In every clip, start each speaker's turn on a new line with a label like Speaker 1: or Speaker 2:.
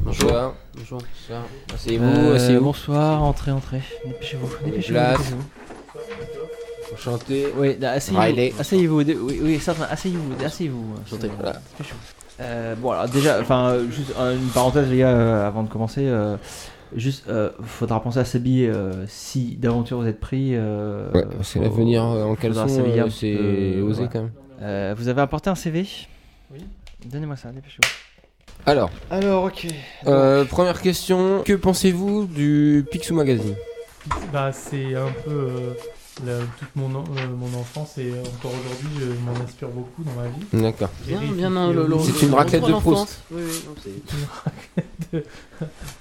Speaker 1: Bonjour. Bonjour. Asseyez-vous,
Speaker 2: Euh,
Speaker 1: asseyez-vous.
Speaker 2: Bonsoir, entrez, entrez. Dépêchez-vous, dépêchez-vous.
Speaker 1: places.
Speaker 2: dépêchez-vous.
Speaker 1: Enchanté.
Speaker 2: Oui, là,
Speaker 1: Riley.
Speaker 2: asseyez-vous. Asseyez-vous, dé- oui, oui, certain, asseyez-vous, asseyez-vous. euh,
Speaker 1: Santé,
Speaker 2: c'est bon,
Speaker 1: voilà.
Speaker 2: dépêchez-vous. Euh, bon, alors déjà, enfin, euh, juste euh, une parenthèse, les gars, euh, avant de commencer. euh, juste, euh, faudra penser à s'habiller euh, si d'aventure vous êtes pris. euh,
Speaker 1: Ouais, c'est
Speaker 2: faut-
Speaker 1: l'avenir euh, en
Speaker 2: faudra
Speaker 1: caleçon,
Speaker 2: s'habiller un
Speaker 1: euh,
Speaker 2: petit
Speaker 1: c'est
Speaker 2: peu,
Speaker 1: osé
Speaker 2: ouais.
Speaker 1: quand même.
Speaker 2: Euh, vous avez apporté un CV Oui. Donnez-moi ça, dépêchez-vous.
Speaker 1: Alors,
Speaker 2: Alors, ok.
Speaker 1: euh, première question, que pensez-vous du Picsou Magazine
Speaker 3: Bah, c'est un peu euh, la- toute mon, en- euh, mon enfance et encore aujourd'hui, je m'en inspire beaucoup dans ma vie.
Speaker 1: D'accord.
Speaker 4: Bien,
Speaker 3: Vérifier
Speaker 4: bien, non, le- le-
Speaker 1: C'est
Speaker 4: le-
Speaker 1: une
Speaker 4: le
Speaker 1: raclette
Speaker 4: retour
Speaker 1: de
Speaker 4: à
Speaker 1: Proust.
Speaker 4: l'enfance. Oui, oui, non, c'est-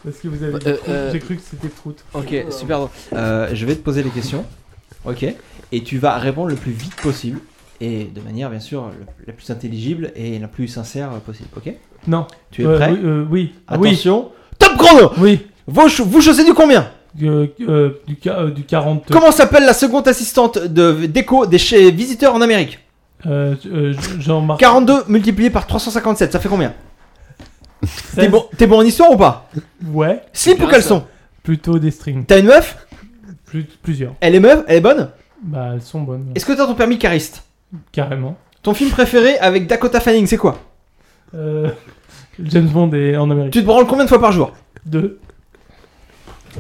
Speaker 3: Parce que vous
Speaker 2: Bah,
Speaker 3: avez dit
Speaker 4: Euh,
Speaker 3: Prout,
Speaker 4: euh,
Speaker 3: j'ai cru que c'était Prout.
Speaker 2: Ok, super. Euh, je vais te poser les questions. Ok. Et tu vas répondre le plus vite possible. Et de manière, bien sûr, le- la plus intelligible et la plus sincère possible. Ok
Speaker 3: Non.
Speaker 2: Tu es
Speaker 3: Euh,
Speaker 2: prêt
Speaker 3: Oui. euh, oui. Ah oui.
Speaker 2: Attention. Top chrono
Speaker 3: Oui.
Speaker 2: Vos ch- Vous chaussez du combien
Speaker 3: Euh, euh, du, ca- euh, du 40.
Speaker 2: Comment s'appelle la seconde assistante de déco des chez visiteurs en Amérique
Speaker 3: euh, euh, Jean- Jean-Marc.
Speaker 2: 42 multiplié par 357, ça fait combien
Speaker 3: XVI.
Speaker 2: T'es bon, t'es bon en histoire ou pas
Speaker 3: Ouais.
Speaker 2: Slip ou
Speaker 4: bien
Speaker 2: caleçon
Speaker 3: Plutôt des strings.
Speaker 2: T'as une meuf
Speaker 3: Plus- plusieurs.
Speaker 2: Elle est meuf Elle est bonne
Speaker 3: Bah, elles sont bonnes.
Speaker 2: Est-ce que t'as ton permis cariste
Speaker 3: Carrément.
Speaker 2: Ton film préféré avec Dakota Fanning, c'est quoi
Speaker 3: Euh, James Bond est en Amérique.
Speaker 2: Tu te branles combien de fois par jour
Speaker 3: Deux.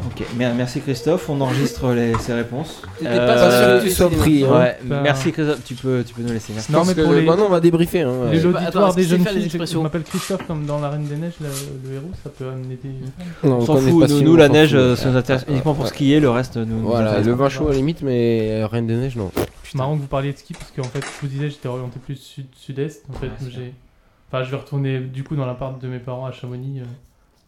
Speaker 2: Ok, mer- merci Christophe, on enregistre les, ces réponses.
Speaker 4: T'étais pas
Speaker 1: Pas
Speaker 4: Euh,
Speaker 1: sûr que tu sois pris. hein.
Speaker 2: ouais,
Speaker 3: Putain.
Speaker 2: merci Christophe, tu peux, tu peux nous laisser. Merci.
Speaker 3: Non,
Speaker 1: Parce
Speaker 3: mais
Speaker 1: que
Speaker 3: pour les-
Speaker 1: maintenant, on va débriefer. hein, ouais.
Speaker 3: Les
Speaker 4: Attends,
Speaker 3: L'auditoire
Speaker 4: est-ce
Speaker 3: des
Speaker 4: qu'il
Speaker 3: jeunes
Speaker 4: sait faire les
Speaker 3: filles, je- je
Speaker 4: expressions
Speaker 3: m'appelle Christophe, comme dans La Reine des Neiges, le, le héros, ça peut amener des...
Speaker 1: Non,
Speaker 2: On s'en
Speaker 1: connaît
Speaker 2: fout,
Speaker 1: pas
Speaker 2: nous,
Speaker 1: si
Speaker 2: nous,
Speaker 1: on
Speaker 2: la
Speaker 1: s'en
Speaker 2: neige,
Speaker 1: fout.
Speaker 2: euh, ça nous intéresse
Speaker 1: Ouais.
Speaker 2: uniquement pour skier, le reste nous. nous
Speaker 1: Voilà,
Speaker 2: intéresse
Speaker 1: le
Speaker 2: pas.
Speaker 1: vin chaud à la limite, mais euh, Reine des Neiges, non.
Speaker 3: C'est marrant que vous parliez de ski, parce qu'en fait, je vous disais, j'étais orienté plus sud- sud-est. En fait,
Speaker 2: Ouais, c'est
Speaker 3: j'ai... Enfin, je vais retourner, du coup, dans l'appart de mes parents à Chamonix. euh,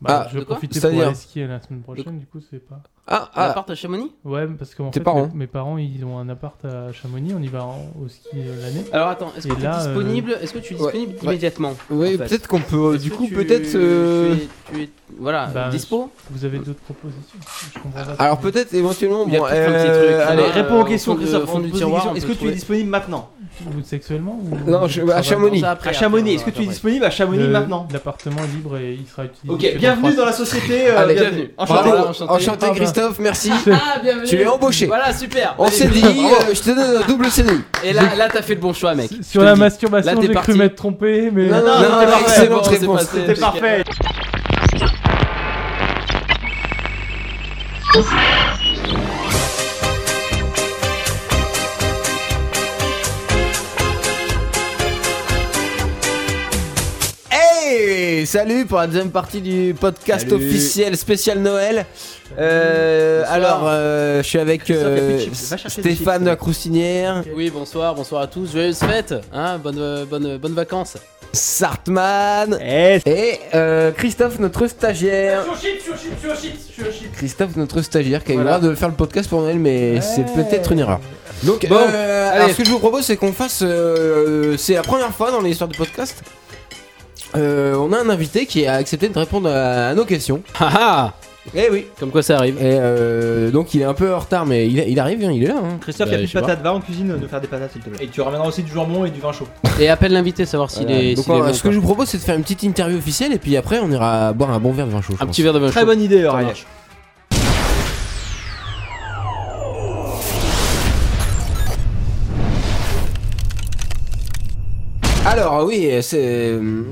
Speaker 1: Ah,
Speaker 3: Bah, je vais
Speaker 4: de quoi
Speaker 3: profiter pour
Speaker 1: C'est-à-dire
Speaker 3: aller skier la semaine prochaine, du coup, c'est pas...
Speaker 1: Ah,
Speaker 4: Un
Speaker 1: ah,
Speaker 4: appart à Chamonix
Speaker 3: Ouais, parce que
Speaker 1: Tes
Speaker 3: fait,
Speaker 1: parents
Speaker 3: mes, mes parents, ils ont un appart à Chamonix, on y va en- au ski euh, l'année.
Speaker 4: Alors attends, est-ce que
Speaker 3: Et
Speaker 4: tu es
Speaker 3: là, euh,
Speaker 4: disponible Est-ce que tu es
Speaker 1: ouais,
Speaker 4: disponible
Speaker 1: ouais.
Speaker 4: immédiatement
Speaker 1: oui,
Speaker 4: en fait.
Speaker 1: peut-être qu'on peut, euh,
Speaker 4: Est-ce
Speaker 1: du
Speaker 4: que
Speaker 1: coup,
Speaker 4: tu-
Speaker 1: peut-être...
Speaker 4: tu
Speaker 1: euh,
Speaker 4: es- tu es- Voilà,
Speaker 3: Bah,
Speaker 4: dispo
Speaker 3: Vous avez d'autres propositions Je comprends pas.
Speaker 1: Alors peut-être éventuellement...
Speaker 4: Il y a
Speaker 1: bon,
Speaker 4: peut-être un petit truc,
Speaker 1: euh,
Speaker 4: ça
Speaker 1: allez,
Speaker 2: Allez,
Speaker 4: va.
Speaker 2: réponds
Speaker 4: euh,
Speaker 2: aux questions,
Speaker 4: au fond de-
Speaker 2: Christophe.
Speaker 4: au fond
Speaker 2: on
Speaker 4: du
Speaker 2: te pose des
Speaker 4: tiroir,
Speaker 2: questions.
Speaker 4: on
Speaker 2: Est-ce que
Speaker 4: peut
Speaker 2: tu es
Speaker 4: trouver.
Speaker 2: disponible maintenant
Speaker 3: Vous, sexuellement ou...
Speaker 1: Non, je- bah, à
Speaker 3: travail
Speaker 1: Chamonix.
Speaker 4: Ça, après,
Speaker 2: À
Speaker 4: après,
Speaker 2: Chamonix,
Speaker 4: on
Speaker 2: est-ce que tu es
Speaker 4: verra après.
Speaker 2: disponible à Chamonix
Speaker 3: Le-
Speaker 2: maintenant
Speaker 3: L'appartement est libre et il sera utilisé.
Speaker 2: Ok, bienvenue dans la société. euh,
Speaker 1: Allez,
Speaker 4: bienvenue.
Speaker 2: Enchanté.
Speaker 4: Bravo.
Speaker 1: Bravo,
Speaker 4: enchanté.
Speaker 1: enchanté
Speaker 3: Ah, bah.
Speaker 1: Christophe, merci.
Speaker 4: Ah, bienvenue
Speaker 1: Tu l'es embauché.
Speaker 4: Voilà, super
Speaker 1: On
Speaker 4: Allez.
Speaker 1: s'est dit,
Speaker 4: Bravo.
Speaker 1: euh, je te donne un double CDI.
Speaker 4: Et là, là t'as fait le bon choix, mec.
Speaker 3: S-
Speaker 4: Je
Speaker 3: Sur
Speaker 4: te
Speaker 3: la
Speaker 4: le dis.
Speaker 3: masturbation,
Speaker 4: Là, t'es
Speaker 3: j'ai cru
Speaker 4: parti.
Speaker 3: m'être trompé, mais.
Speaker 1: Non, non,
Speaker 2: non,
Speaker 1: non,
Speaker 2: c'est parfait.
Speaker 1: excellente
Speaker 4: Bon, c'est
Speaker 1: réponse.
Speaker 4: passé.
Speaker 2: C'était parfait.
Speaker 1: Hey Salut pour la deuxième partie du podcast
Speaker 2: Salut.
Speaker 1: officiel spécial Noël. Euh,
Speaker 2: Bonsoir.
Speaker 1: alors, euh, je suis avec
Speaker 2: Christophe, il y a plus de
Speaker 1: euh,
Speaker 2: chips. Va chercher des
Speaker 1: Stéphane
Speaker 2: chips.
Speaker 1: de la Croustinière,
Speaker 4: Oui, bonsoir, bonsoir à tous, joyeuses fêtes, hein, bonnes euh, bonnes- bonnes vacances.
Speaker 1: Sartman
Speaker 2: Eh,
Speaker 1: et euh, Christophe, notre stagiaire. Christophe, notre stagiaire, qui a eu
Speaker 4: Voilà.
Speaker 1: le droit de faire le podcast pour Noël, mais c'est peut-être une erreur. Donc,
Speaker 4: Bon,
Speaker 1: euh, alors
Speaker 4: allez.
Speaker 1: ce que je vous propose, c'est qu'on fasse. euh, c'est la première fois dans l'histoire du podcast. Euh, on a un invité qui a accepté de répondre à, à nos questions.
Speaker 4: Haha
Speaker 1: Eh oui.
Speaker 4: Ah, Comme quoi ça arrive.
Speaker 1: Et euh, donc il est un peu en retard, mais il, il arrive, hein, il est là. hein.
Speaker 2: Christophe, il y
Speaker 4: Bah,
Speaker 2: a plus
Speaker 4: je
Speaker 2: de
Speaker 4: sais
Speaker 2: patates. Va en cuisine nous faire des patates, s'il te plaît. Et tu ramèneras aussi du jambon et du vin chaud.
Speaker 4: Et appelle l'invité, savoir s'il
Speaker 1: Voilà.
Speaker 4: est.
Speaker 1: donc
Speaker 4: s'il est
Speaker 1: euh,
Speaker 4: bon
Speaker 1: ce
Speaker 4: ou
Speaker 1: que
Speaker 4: pas.
Speaker 1: je vous propose, c'est de faire une petite interview officielle, et puis après on ira boire un bon verre de vin chaud. je
Speaker 4: Un
Speaker 1: pense.
Speaker 4: petit verre de vin
Speaker 2: Très
Speaker 4: chaud.
Speaker 2: bonne idée, Aurélien.
Speaker 4: marche.
Speaker 1: Alors oui, c'est. euh,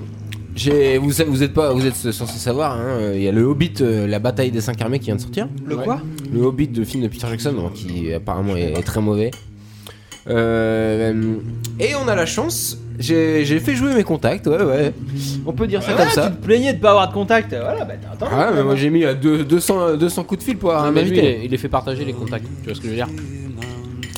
Speaker 1: j'ai- Vous, vous êtes pas, vous êtes censé savoir. hein, Il y a le Hobbit, euh, la bataille des cinq armées qui vient de sortir.
Speaker 2: Le quoi
Speaker 1: Le Hobbit de film de Peter Jackson, hein, qui apparemment est, est très mauvais. Euh, et on a la chance, j'ai j'ai fait jouer mes contacts, ouais, ouais. On peut dire ça comme ça.
Speaker 2: te plaignais de pas avoir de contact. Voilà, bah t'as- attends.
Speaker 1: Ah, mais moi j'ai mis à deux- 200, 200 coups de fil pour avoir un
Speaker 4: Ah, Mais lui, il
Speaker 1: invité.
Speaker 4: est- il est fait partager les contacts, tu vois ce que je veux dire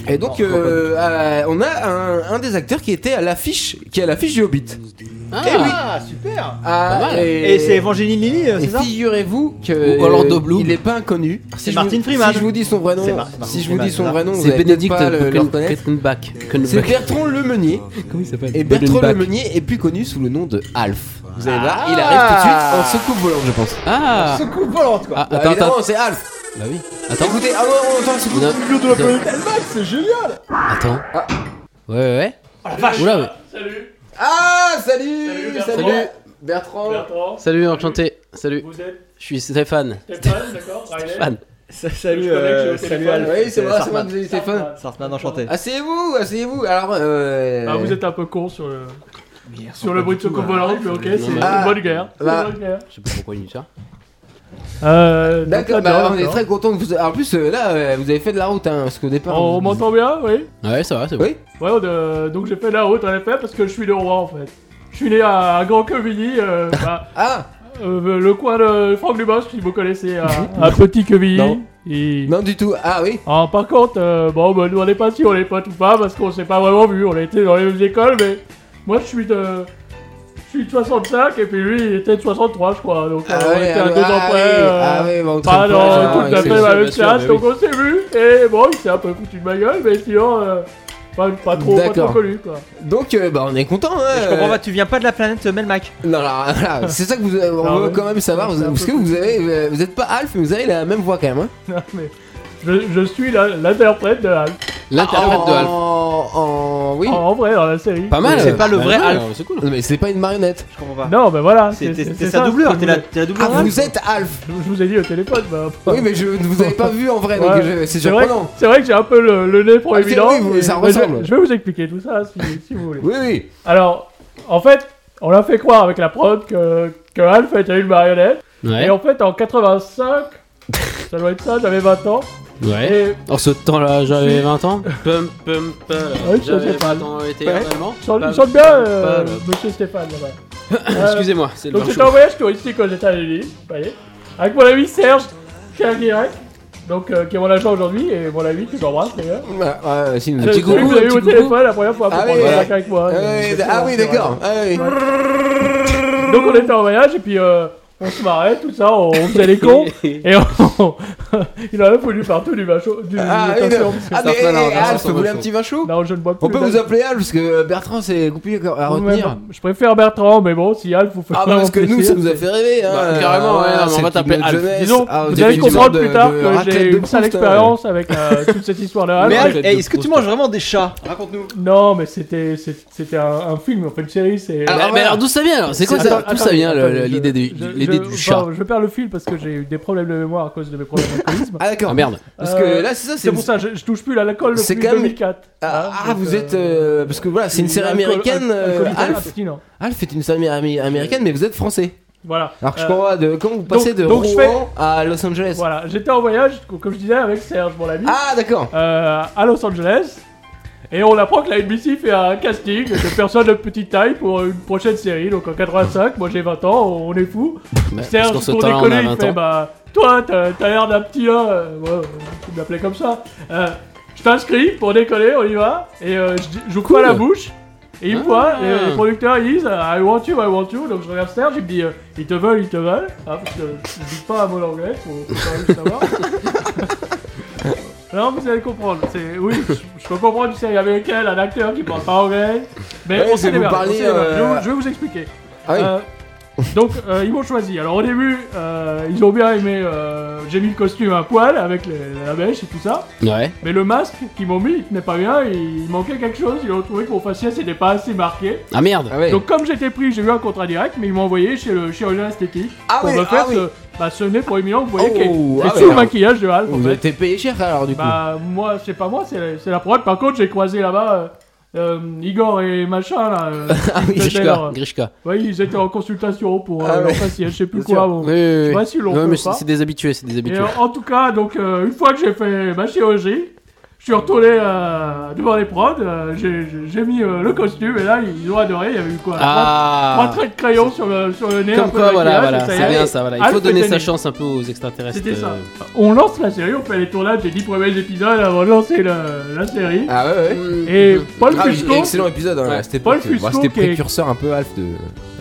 Speaker 1: Et donc, euh, euh, on a un, un des acteurs qui était à l'affiche, qui est à l'affiche du Hobbit.
Speaker 4: Eh
Speaker 2: Ah, super
Speaker 1: Ah,
Speaker 4: mal.
Speaker 1: et,
Speaker 2: Et c'est Evangeline Lilly, euh,
Speaker 1: et
Speaker 2: c'est ça
Speaker 1: figurez-vous que
Speaker 4: Ou Orlando Bloom.
Speaker 1: il n'est pas inconnu.
Speaker 2: C'est
Speaker 1: je
Speaker 2: Martin
Speaker 1: vous-
Speaker 2: Freeman.
Speaker 1: Si je vous dis son vrai nom,
Speaker 2: C'est Mar- Martin
Speaker 1: si je vous dis son
Speaker 2: Freeman,
Speaker 1: vrai nom, vous
Speaker 4: C'est
Speaker 1: allez peut-être
Speaker 4: Bénédicte
Speaker 1: pas euh, le, le reconnaître. Euh,
Speaker 4: Kettenbach.
Speaker 1: C'est Bertrand Lemeunier.
Speaker 4: Comment il s'appelle
Speaker 1: Et Bertrand Lemeunier est plus connu sous le nom de Alf. Ah. Vous allez voir, il arrive tout de suite en soucoupe volante, je pense.
Speaker 4: Ah
Speaker 2: Secoue volante, quoi.
Speaker 4: Ah, Attends, attends.
Speaker 1: c'est Alf. Bah oui.
Speaker 4: Attends.
Speaker 1: Écoutez, ah ouais, on entend ce coup
Speaker 4: Non.
Speaker 1: de boulot de la
Speaker 4: Non.
Speaker 1: planète.
Speaker 5: c'est génial
Speaker 4: Attends.
Speaker 1: Ah.
Speaker 4: Ouais, ouais, ouais.
Speaker 2: Oh
Speaker 4: Oula, ouais.
Speaker 3: Salut,
Speaker 1: Ah, salut,
Speaker 3: Salut,
Speaker 1: salut,
Speaker 4: Bertrand.
Speaker 1: Bertrand.
Speaker 3: Bertrand.
Speaker 4: Salut, enchanté. Salut.
Speaker 3: Vous êtes
Speaker 4: Je suis Stéphane.
Speaker 3: Stéphane, d'accord Riley
Speaker 4: Stéphane.
Speaker 2: Salut, euh,
Speaker 3: Je connais que j'ai au
Speaker 2: salut
Speaker 3: téléphone.
Speaker 2: Alf.
Speaker 1: Oui, c'est moi, c'est moi,
Speaker 2: Sartman.
Speaker 1: vous avez Stéphane.
Speaker 2: Sartman, enchanté.
Speaker 1: Asseyez-vous, asseyez-vous. Alors, euh.
Speaker 3: Ah, vous êtes un peu con sur le,
Speaker 2: Merde,
Speaker 3: sur le bruit de chocolat volant, mais ok, c'est
Speaker 4: non,
Speaker 3: c'est
Speaker 4: mais-
Speaker 1: Ah,
Speaker 3: une bonne guerre. C'est
Speaker 1: bah.
Speaker 3: une bonne guerre.
Speaker 4: Je sais pas pourquoi il dit ça.
Speaker 3: Euh, donc
Speaker 1: D'accord,
Speaker 3: là,
Speaker 1: bah,
Speaker 3: d'accord,
Speaker 1: on est
Speaker 3: d'accord.
Speaker 1: très content que vous. En plus, euh, là, euh, vous avez fait de la route, hein, parce qu'au départ.
Speaker 3: On,
Speaker 1: vous-
Speaker 3: on m'entend bien, oui
Speaker 4: Ouais, ça va, c'est bon.
Speaker 1: Oui.
Speaker 3: Ouais, on, euh, donc j'ai fait la haute en effet parce que je suis le roi en fait. Je suis né à, à Grand Quevilly, euh, bah,
Speaker 1: Ah,
Speaker 3: euh, le coin de Franck Dubos, si vous connaissez, à, à Petit Quevilly.
Speaker 1: Non.
Speaker 3: Et-
Speaker 1: non du tout. Ah oui.
Speaker 3: Ah, par contre, euh, bon, bah, nous on est pas si on est potes ou pas parce qu'on s'est pas vraiment vu. On a été dans les mêmes écoles, mais moi je suis de. Je suis de 65 et puis lui il était de 63, je crois. Donc euh, on était à
Speaker 1: ah,
Speaker 3: deux ans
Speaker 1: ah,
Speaker 3: près.
Speaker 1: oui,
Speaker 3: euh,
Speaker 1: ah oui, bah, on
Speaker 3: pas
Speaker 1: traîne pas,
Speaker 3: dans
Speaker 1: genre,
Speaker 3: tout
Speaker 1: ouais,
Speaker 3: à
Speaker 1: c'est
Speaker 3: fait
Speaker 1: sûr.
Speaker 3: la
Speaker 4: bien
Speaker 3: même
Speaker 4: sûr,
Speaker 3: classe,
Speaker 4: mais
Speaker 3: donc on s'est vu. Et bon, il s'est un peu foutu de ma gueule, mais sinon, euh, pas, pas trop, pas
Speaker 1: D'accord.
Speaker 3: trop connu quoi.
Speaker 1: Donc, euh, bah, on est content. Hein,
Speaker 2: Je
Speaker 1: euh,
Speaker 2: comprends pas, tu viens pas de la planète euh, Melmac.
Speaker 1: Non, alors, voilà, c'est ça que vous. euh, on
Speaker 3: Ah
Speaker 1: veut
Speaker 3: ouais.
Speaker 1: quand même savoir. Vous,
Speaker 3: C'est un
Speaker 1: parce
Speaker 3: peu
Speaker 1: que vous avez, euh, vous êtes pas Alf, mais vous avez la même voix quand même. Hein.
Speaker 3: Non, mais je, je suis la- l'interprète de Alf.
Speaker 4: L'interprète
Speaker 1: en,
Speaker 4: de Alf.
Speaker 1: En, oui.
Speaker 3: En, en vrai, dans la série.
Speaker 4: Pas mal.
Speaker 2: C'est pas le
Speaker 4: Bah
Speaker 2: vrai
Speaker 4: ouais,
Speaker 2: Alf.
Speaker 4: C'est cool.
Speaker 1: Non, mais c'est pas une marionnette.
Speaker 2: Je comprends pas.
Speaker 3: Non, mais voilà.
Speaker 2: C'est-
Speaker 3: c'est-
Speaker 2: T'es
Speaker 3: c'est
Speaker 2: t'es sa
Speaker 3: ça,
Speaker 2: doubleur,
Speaker 3: ce
Speaker 2: t'es
Speaker 3: que
Speaker 2: la,
Speaker 3: je
Speaker 2: t'es la doubleur.
Speaker 1: Ah,
Speaker 2: d'Alf.
Speaker 1: vous êtes Alf.
Speaker 3: voulais- Je vous ai dit au téléphone. Bah,
Speaker 1: Oui, mais je ne vous avais pas vu en vrai, donc
Speaker 3: Ouais.
Speaker 1: je- c'est
Speaker 3: C'est vrai,
Speaker 1: surprenant.
Speaker 3: c'est vrai que j'ai un peu le, le nez pour
Speaker 1: Ah,
Speaker 3: évident.
Speaker 1: c'est- oui, oui, ça
Speaker 3: mais je vais-
Speaker 1: ressemble.
Speaker 3: Je vais vous expliquer tout ça si, si vous voulez.
Speaker 1: Oui, oui.
Speaker 3: Alors, en fait, on l'a fait croire avec la prod que, que Alf était une marionnette.
Speaker 4: Ouais.
Speaker 3: Et en fait, en 85, ça doit être ça, j'avais 20 ans.
Speaker 4: Ouais.
Speaker 3: Et
Speaker 4: En ce temps-là, j'avais 20 ans. Pum, pum, pum.
Speaker 1: Ah
Speaker 3: Ouais,
Speaker 4: J'avais
Speaker 3: c'est pas
Speaker 4: 20 ans, été
Speaker 1: Ouais.
Speaker 4: allemand.
Speaker 3: je sens- je
Speaker 4: Pam,
Speaker 3: sens bien
Speaker 4: pam,
Speaker 3: euh,
Speaker 4: pam.
Speaker 3: monsieur Stéphane là-bas. Euh,
Speaker 4: Excusez-moi, c'est le
Speaker 3: Donc
Speaker 4: vin
Speaker 3: j'étais
Speaker 4: chaud.
Speaker 3: en voyage touristique aux États-Unis, vous voyez, avec mon ami Serge Kerguirac, donc euh, qui est mon agent aujourd'hui, et mon ami que j'embrasse d'ailleurs.
Speaker 1: Ah, ouais, si, nous-
Speaker 3: C'est celui
Speaker 4: petit coucou,
Speaker 3: que vous avez eu
Speaker 4: un
Speaker 3: au
Speaker 4: petit coucou.
Speaker 3: téléphone la première fois pour
Speaker 1: Ah
Speaker 3: prendre
Speaker 1: oui,
Speaker 3: contact
Speaker 1: ouais.
Speaker 3: avec moi.
Speaker 1: Ah
Speaker 3: Donc,
Speaker 1: oui,
Speaker 3: c'est
Speaker 1: ah
Speaker 3: bon,
Speaker 1: oui,
Speaker 3: c'est
Speaker 1: d'accord. Ah oui.
Speaker 3: vrai. Donc on était en voyage et puis euh, on se marrait, tout ça, on, on faisait les cons. Et on... il en a fallu partout du macho. Du,
Speaker 1: Ah,
Speaker 3: du
Speaker 1: oui,
Speaker 3: poisson,
Speaker 1: non.
Speaker 3: parce que-
Speaker 1: Ah, mais
Speaker 4: Sartman a
Speaker 1: eh,
Speaker 4: raison,
Speaker 1: Alf,
Speaker 4: son
Speaker 1: vous voulez un
Speaker 4: morceau.
Speaker 1: petit vin chaud
Speaker 3: Non, je ne bois plus.
Speaker 1: On peut vous appeler Alf parce que Bertrand c'est compliqué à retenir.
Speaker 3: Je préfère Bertrand, mais bon, si Alf vous fait
Speaker 1: Ah bah
Speaker 3: vraiment
Speaker 1: parce que nous
Speaker 3: plaisir,
Speaker 1: ça nous a
Speaker 3: c'est-
Speaker 1: fait rêver hein.
Speaker 4: Bah, carrément, ouais,
Speaker 1: Voilà,
Speaker 4: non, mais on
Speaker 1: c'est
Speaker 4: va
Speaker 1: toute
Speaker 4: t'appeler
Speaker 1: notre
Speaker 4: Alf.
Speaker 1: jeunesse.
Speaker 3: Disons,
Speaker 1: Ah,
Speaker 3: vous
Speaker 1: avez
Speaker 3: allez
Speaker 1: une
Speaker 3: comprendre
Speaker 1: sorte
Speaker 3: plus
Speaker 1: de-
Speaker 3: tard
Speaker 1: de
Speaker 3: que
Speaker 1: raclette
Speaker 3: j'ai
Speaker 1: de
Speaker 3: une sale
Speaker 1: Proust, hein.
Speaker 3: expérience avec euh, toute cette histoire de Alf.
Speaker 2: Mais
Speaker 4: Ah,
Speaker 2: Alf,
Speaker 4: j'ai
Speaker 2: eh,
Speaker 4: deux
Speaker 2: est-ce que tu
Speaker 4: posters.
Speaker 2: manges vraiment des chats Raconte-nous.
Speaker 3: Non, mais c'était c'est- c'était un, un film, en fait, une série. C'est. euh,
Speaker 4: Ah, mais
Speaker 1: voilà.
Speaker 4: alors d'où ça vient alors C'est quoi ça
Speaker 3: Attends,
Speaker 4: D'où ça
Speaker 3: attends,
Speaker 4: vient le-
Speaker 3: attends,
Speaker 4: le-
Speaker 3: je-
Speaker 4: l'idée du,
Speaker 3: je-
Speaker 4: du- l'idée
Speaker 3: je-
Speaker 4: du
Speaker 3: enfin,
Speaker 4: chat
Speaker 3: Je perds le fil parce que j'ai eu des problèmes de mémoire à cause de mes problèmes d'alcoolisme.
Speaker 1: Ah d'accord.
Speaker 4: Ah merde.
Speaker 1: Parce que
Speaker 3: Euh,
Speaker 1: là c'est ça
Speaker 3: c'est pour
Speaker 1: ça.
Speaker 3: ça, je, je touche plus à l'alcool
Speaker 1: C'est
Speaker 3: depuis
Speaker 1: quand même-
Speaker 3: 2004.
Speaker 1: Ah, ah,
Speaker 3: donc,
Speaker 1: vous
Speaker 3: euh,
Speaker 1: êtes euh, parce que voilà c'est une série
Speaker 3: alcool-
Speaker 1: américaine.
Speaker 3: alcool-
Speaker 1: euh,
Speaker 3: alcoolique
Speaker 1: Alf,
Speaker 3: abstinent.
Speaker 1: Alf est une série ami- américaine mais vous êtes français.
Speaker 3: Voilà.
Speaker 1: Alors que je
Speaker 3: Euh,
Speaker 1: comprends pas de comment vous passez de
Speaker 3: donc je fais-
Speaker 1: Rouen à Los Angeles.
Speaker 3: Voilà, j'étais en voyage, co- comme je disais, avec Serge, mon ami,
Speaker 1: Ah d'accord.
Speaker 3: euh, à Los Angeles. Et on apprend que la NBC fait un casting de personnes de petite taille pour une prochaine série. Donc en 85, moi j'ai 20 ans, on est fou.
Speaker 4: Bah,
Speaker 3: Serge,
Speaker 4: parce qu'en
Speaker 3: pour
Speaker 4: ce temps-là, on a
Speaker 3: déconner, il
Speaker 4: 20
Speaker 3: fait
Speaker 4: ans.
Speaker 3: bah toi, t'as t'as l'air d'un petit là, euh, ouais, euh, il m'appelait comme ça. Euh, je t'inscris pour décoller, on y va. Et euh, je dis- j'ouvre
Speaker 4: Cool.
Speaker 3: pas la bouche. Et une
Speaker 4: Ah.
Speaker 3: fois, les, les producteurs ils disent I want you, I want you. Donc je regarde Serge, il me dit euh, ils te veulent, ils te veulent. Ah, parce que je dis pas un mot d'anglais, faut, faut quand même le savoir. Non, vous allez comprendre. C'est oui, je, je peux comprendre une série américaine, un acteur qui parle pas anglais, mais
Speaker 1: Ouais,
Speaker 3: on
Speaker 1: c'est
Speaker 3: s'est
Speaker 1: vous
Speaker 3: démerde. on
Speaker 1: parlez,
Speaker 3: s'est démerde. Je vais
Speaker 1: euh,
Speaker 3: vous- je vais vous expliquer.
Speaker 1: Ah oui.
Speaker 3: Euh, donc euh, ils m'ont choisi. Alors au début, euh, ils ont bien aimé. euh, J'ai mis le costume à poil avec les- la mèche et tout ça.
Speaker 4: Ouais.
Speaker 3: Mais le masque qu'ils m'ont mis, il tenait pas bien. Il, il manquait quelque chose. Ils ont trouvé que mon faciès n'était pas assez marqué.
Speaker 4: Ah merde.
Speaker 1: Ah oui.
Speaker 3: Donc comme j'étais pris, j'ai eu un contrat direct, mais ils m'ont envoyé chez le chirurgien esthétique
Speaker 1: Ah
Speaker 3: pour
Speaker 1: oui,
Speaker 3: me faire
Speaker 1: ah oui.
Speaker 3: ce, bah, ce nez proéminent. Vous voyez
Speaker 1: Oh,
Speaker 3: qui est,
Speaker 1: ah
Speaker 3: qui est
Speaker 1: oui,
Speaker 3: sous le
Speaker 1: alors.
Speaker 3: maquillage de Alf. en
Speaker 1: Vous
Speaker 3: fait.
Speaker 1: êtes payé cher alors du coup.
Speaker 3: Bah moi, c'est pas moi, c'est la, c'est la prod. Par contre, j'ai croisé là-bas. euh, euh, Igor et machin là, euh,
Speaker 1: Ah oui.
Speaker 3: Hitler,
Speaker 4: Grishka.
Speaker 3: euh,
Speaker 4: Grishka.
Speaker 3: ouais, ils étaient en consultation pour euh,
Speaker 1: Ah
Speaker 3: leur
Speaker 1: ouais.
Speaker 3: faciès, je sais plus
Speaker 1: Bien
Speaker 3: quoi.
Speaker 1: sûr.
Speaker 3: bon.
Speaker 4: Oui, oui,
Speaker 3: Je
Speaker 4: oui.
Speaker 3: sais pas si l'on
Speaker 4: Non,
Speaker 3: peut
Speaker 4: mais
Speaker 3: pas.
Speaker 4: c'est des habitués, c'est des
Speaker 3: Et
Speaker 4: habitués.
Speaker 3: euh, en tout cas, donc euh, une fois que j'ai fait ma chirurgie, je suis retourné euh, devant les prods, euh, j'ai- j'ai j'ai mis euh, le costume et là ils ont adoré, il y avait eu quoi trois- Trois
Speaker 4: Ah.
Speaker 3: traits de crayon sur le, sur le nez, un
Speaker 4: Comme
Speaker 3: peu
Speaker 4: quoi,
Speaker 3: de
Speaker 4: voilà,
Speaker 3: maquillage,
Speaker 4: voilà.
Speaker 3: et ça y
Speaker 4: C'est
Speaker 3: est.
Speaker 4: bien ça, voilà. Il
Speaker 3: Alf
Speaker 4: faut donner
Speaker 3: était
Speaker 4: sa
Speaker 3: né.
Speaker 4: chance un peu aux extraterrestres.
Speaker 3: C'était ça.
Speaker 4: euh.
Speaker 3: On lance la série, on fait les tournages des 10 premiers épisodes avant de lancer le- la série.
Speaker 1: Ah ouais ouais.
Speaker 3: Et Paul
Speaker 1: Ah,
Speaker 3: Fusco,
Speaker 1: excellent épisode, hein,
Speaker 4: Ouais.
Speaker 1: à cette
Speaker 3: Paul
Speaker 1: époque, bah,
Speaker 3: Fusco
Speaker 1: c'était
Speaker 3: qui est-
Speaker 1: précurseur un peu Alf de. hein,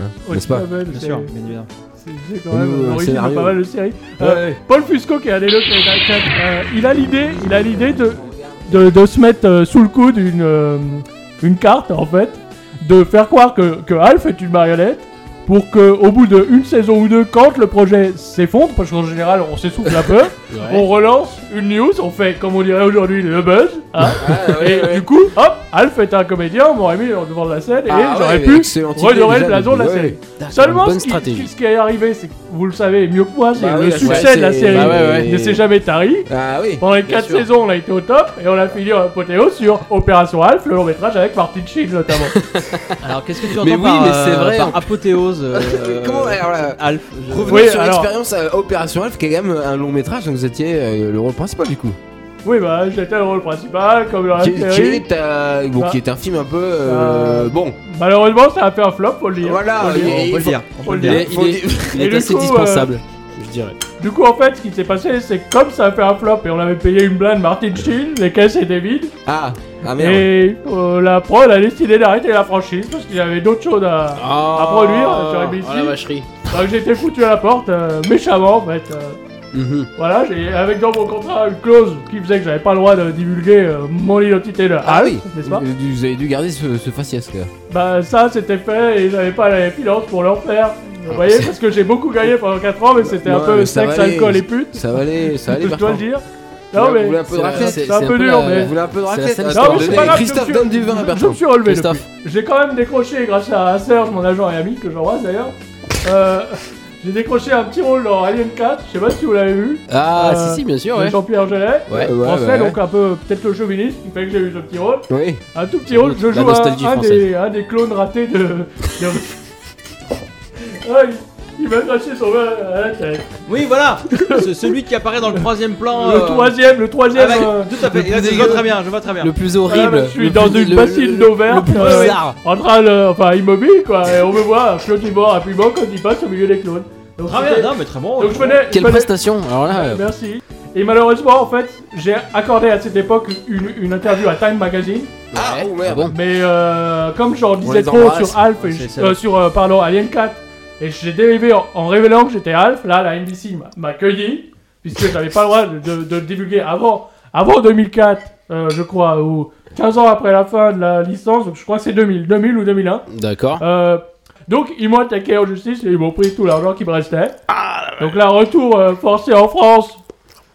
Speaker 4: Ah,
Speaker 3: Oh,
Speaker 1: N'est-ce pas
Speaker 3: Babel,
Speaker 2: Bien
Speaker 3: c'est-
Speaker 2: sûr, bien évidemment.
Speaker 3: C'est c'est quand
Speaker 1: Au
Speaker 3: même
Speaker 1: niveau, euh,
Speaker 3: l'origine de
Speaker 1: scénario.
Speaker 3: pas mal de séries. Euh,
Speaker 1: Ouais, ouais.
Speaker 3: Paul Fusco qui est allé le euh, il a l'idée, il a l'idée de, de, de se mettre euh, sous le coude une, euh, une carte en fait, de faire croire que, que Alf est une marionnette pour que au bout d'une saison ou deux, quand le projet s'effondre, parce qu'en général on s'essouffle un peu,
Speaker 4: Ouais.
Speaker 3: on relance une news, on fait, comme on dirait aujourd'hui, le buzz. hein.
Speaker 1: Ah, ouais,
Speaker 3: et
Speaker 1: ouais.
Speaker 3: du coup, hop, Alf est un comédien, on m'aurait mis devant la scène
Speaker 4: Bah
Speaker 3: et
Speaker 1: Ah,
Speaker 3: j'aurais
Speaker 1: ouais,
Speaker 3: pu
Speaker 1: excellente idée,
Speaker 3: redorer
Speaker 1: déjà,
Speaker 3: le blason de la
Speaker 1: ouais.
Speaker 3: série.
Speaker 4: D'accord,
Speaker 3: Seulement,
Speaker 4: bonne
Speaker 3: ce, qui,
Speaker 4: stratégie.
Speaker 3: ce qui est arrivé, c'est que vous le savez mieux que moi, c'est
Speaker 1: Bah
Speaker 3: le
Speaker 1: oui, la
Speaker 3: succès
Speaker 1: série,
Speaker 3: de la
Speaker 1: c'est-
Speaker 3: série
Speaker 4: bah ouais, ouais.
Speaker 3: ne s'est jamais tari.
Speaker 1: Ah oui.
Speaker 3: Pendant les
Speaker 4: Bien
Speaker 3: 4
Speaker 4: sûr.
Speaker 3: saisons, on a été au top et on a fini en apothéose sur Opération Alf, le long métrage avec Martin Sheen notamment.
Speaker 2: Alors qu'est-ce que tu entends
Speaker 4: Mais oui,
Speaker 2: par,
Speaker 4: mais c'est
Speaker 2: euh,
Speaker 4: vrai,
Speaker 2: par
Speaker 4: en-
Speaker 2: apothéose euh,
Speaker 1: Comment alors là
Speaker 2: Alf je-
Speaker 1: Revenons
Speaker 3: Oui,
Speaker 1: sur
Speaker 3: alors-
Speaker 1: l'expérience euh, Opération Alf, qui est quand même un long métrage, donc vous étiez euh, le rôle principal du coup.
Speaker 3: oui, bah j'étais le rôle principal, comme dans la
Speaker 1: qui, qui
Speaker 3: série.
Speaker 1: est, euh, bon,
Speaker 3: Ah.
Speaker 1: qui est un film un peu. euh,
Speaker 3: Euh,
Speaker 1: bon,
Speaker 3: Malheureusement, ça a fait un flop, faut le dire.
Speaker 1: voilà.
Speaker 3: Faut le
Speaker 1: Ah, il- il
Speaker 2: On
Speaker 3: dire.
Speaker 2: peut le
Speaker 1: faut-
Speaker 2: dire. On
Speaker 3: faut
Speaker 2: peut le
Speaker 3: le
Speaker 1: Il
Speaker 2: dire.
Speaker 1: est, il est-
Speaker 4: Il
Speaker 3: Et
Speaker 4: est
Speaker 3: du
Speaker 4: assez
Speaker 3: coup, euh,
Speaker 4: dispensable, je dirais.
Speaker 3: Du coup, en fait, ce qui s'est passé, c'est que comme ça a fait un flop et on avait payé une blinde Martin Sheen, les caisses étaient vides.
Speaker 1: Ah, ah merde.
Speaker 3: Et euh, la prod a décidé d'arrêter la franchise parce qu'il avait d'autres choses à.
Speaker 4: Ah,
Speaker 3: produire, j'aurais mis
Speaker 4: Oh
Speaker 3: ici.
Speaker 4: la vacherie.
Speaker 3: Donc j'étais foutu à la porte, euh, méchamment en fait. euh,
Speaker 4: Mhm.
Speaker 3: voilà, j'ai avec dans mon contrat une clause qui faisait que j'avais pas le droit de divulguer euh, mon identité de
Speaker 1: Ah
Speaker 3: Alf,
Speaker 1: oui,
Speaker 3: n'est-ce pas
Speaker 1: vous vous avez dû garder ce, ce faciès là.
Speaker 3: Bah ça c'était fait et j'avais pas les finances pour leur faire. Vous voyez, parce que j'ai beaucoup gagné pendant 4 ans, mais c'était un
Speaker 1: Ah, Ouais,
Speaker 3: peu
Speaker 1: mais ça
Speaker 3: sexe,
Speaker 1: va aller,
Speaker 3: alcool et pute.
Speaker 1: Ça va aller, ça va aller.
Speaker 3: je dois le
Speaker 1: Bertrand.
Speaker 3: dire.
Speaker 1: Vous
Speaker 3: Non
Speaker 1: voulez- vous
Speaker 3: mais.
Speaker 1: voulez un peu de
Speaker 4: C'est la-
Speaker 1: raclette
Speaker 4: c'est-
Speaker 3: C'est un peu
Speaker 4: la-
Speaker 3: dur, mais-
Speaker 1: Vous voulez un peu de
Speaker 4: C'est la
Speaker 1: raclette
Speaker 4: seule
Speaker 1: à ce
Speaker 4: histoire
Speaker 1: moment
Speaker 3: Non mais c'est
Speaker 1: donné.
Speaker 3: pas grave. je me
Speaker 1: Christophe
Speaker 3: suis-
Speaker 1: donne du vin à
Speaker 3: Je me
Speaker 1: Bertrand.
Speaker 3: suis relevé depuis.
Speaker 4: Christophe.
Speaker 3: J'ai quand même décroché, grâce à Serge, mon agent et ami, que j'embrasse d'ailleurs, euh, j'ai décroché un petit rôle dans Alien 4, je sais pas si vous l'avez vu,
Speaker 4: Ah,
Speaker 3: Euh,
Speaker 4: si, si, bien sûr,
Speaker 3: de
Speaker 4: ouais.
Speaker 3: Jean-Pierre Genet,
Speaker 4: Ouais.
Speaker 1: Ouais,
Speaker 3: français,
Speaker 1: ouais, ouais.
Speaker 3: donc un peu peut-être le chauviniste qui fait que j'ai eu ce petit rôle.
Speaker 1: Oui.
Speaker 3: Un tout petit rôle, je
Speaker 4: La
Speaker 3: joue
Speaker 4: nostalgie
Speaker 3: un, un
Speaker 4: française.
Speaker 3: des, un des clones ratés de... de- Ah, il il m'a craché son vin à la tête.
Speaker 2: Oui, voilà Ce- Celui qui apparaît dans le troisième plan.
Speaker 3: Le
Speaker 4: Oh.
Speaker 2: euh,
Speaker 3: troisième, le troisième...
Speaker 2: avec-
Speaker 3: euh,
Speaker 2: Tout à fait,
Speaker 4: le
Speaker 2: je
Speaker 4: plus
Speaker 2: vois
Speaker 4: dégueu.
Speaker 2: très bien, je vois très bien.
Speaker 4: Le plus
Speaker 1: Ah,
Speaker 3: voilà,
Speaker 4: Ah, horrible.
Speaker 3: je suis
Speaker 4: le
Speaker 3: dans
Speaker 4: plus-
Speaker 3: une
Speaker 4: le-
Speaker 3: bassine
Speaker 4: le-
Speaker 3: d'eau
Speaker 4: Le
Speaker 3: verte,
Speaker 4: plus
Speaker 3: euh,
Speaker 4: bizarre.
Speaker 3: en train de, enfin immobile quoi, et on me voit un flottement, un piment quand il passe au milieu des clones. Donc,
Speaker 4: Ah,
Speaker 2: Très bien,
Speaker 3: c'était-
Speaker 2: non mais très bon.
Speaker 3: donc je
Speaker 2: très bon.
Speaker 3: venais, je
Speaker 4: Quelle
Speaker 3: venais-
Speaker 4: prestation Alors là, euh,
Speaker 3: Merci. Et malheureusement, en fait, j'ai accordé à cette époque une, une interview à Time Magazine.
Speaker 1: Ah, oh merde.
Speaker 4: bon.
Speaker 3: Mais euh, comme j'en disais
Speaker 1: les
Speaker 3: trop
Speaker 1: embrasse.
Speaker 3: sur Alf, et
Speaker 2: C'est
Speaker 3: je-
Speaker 2: ça.
Speaker 3: euh, sur euh, pardon, Alien 4, et j'ai dérivé en, en révélant que j'étais Alf, là, la NBC m'a- m'a cueilli, puisque j'avais pas le droit de, de- de le divulguer avant, avant 2004, euh, je crois, ou 15 ans après la fin de la licence, donc je crois que c'est 2000, 2000 ou 2001.
Speaker 4: D'accord.
Speaker 3: Euh, donc ils m'ont attaqué en justice et ils m'ont pris tout l'argent qui me restait. donc là, retour euh, forcé en France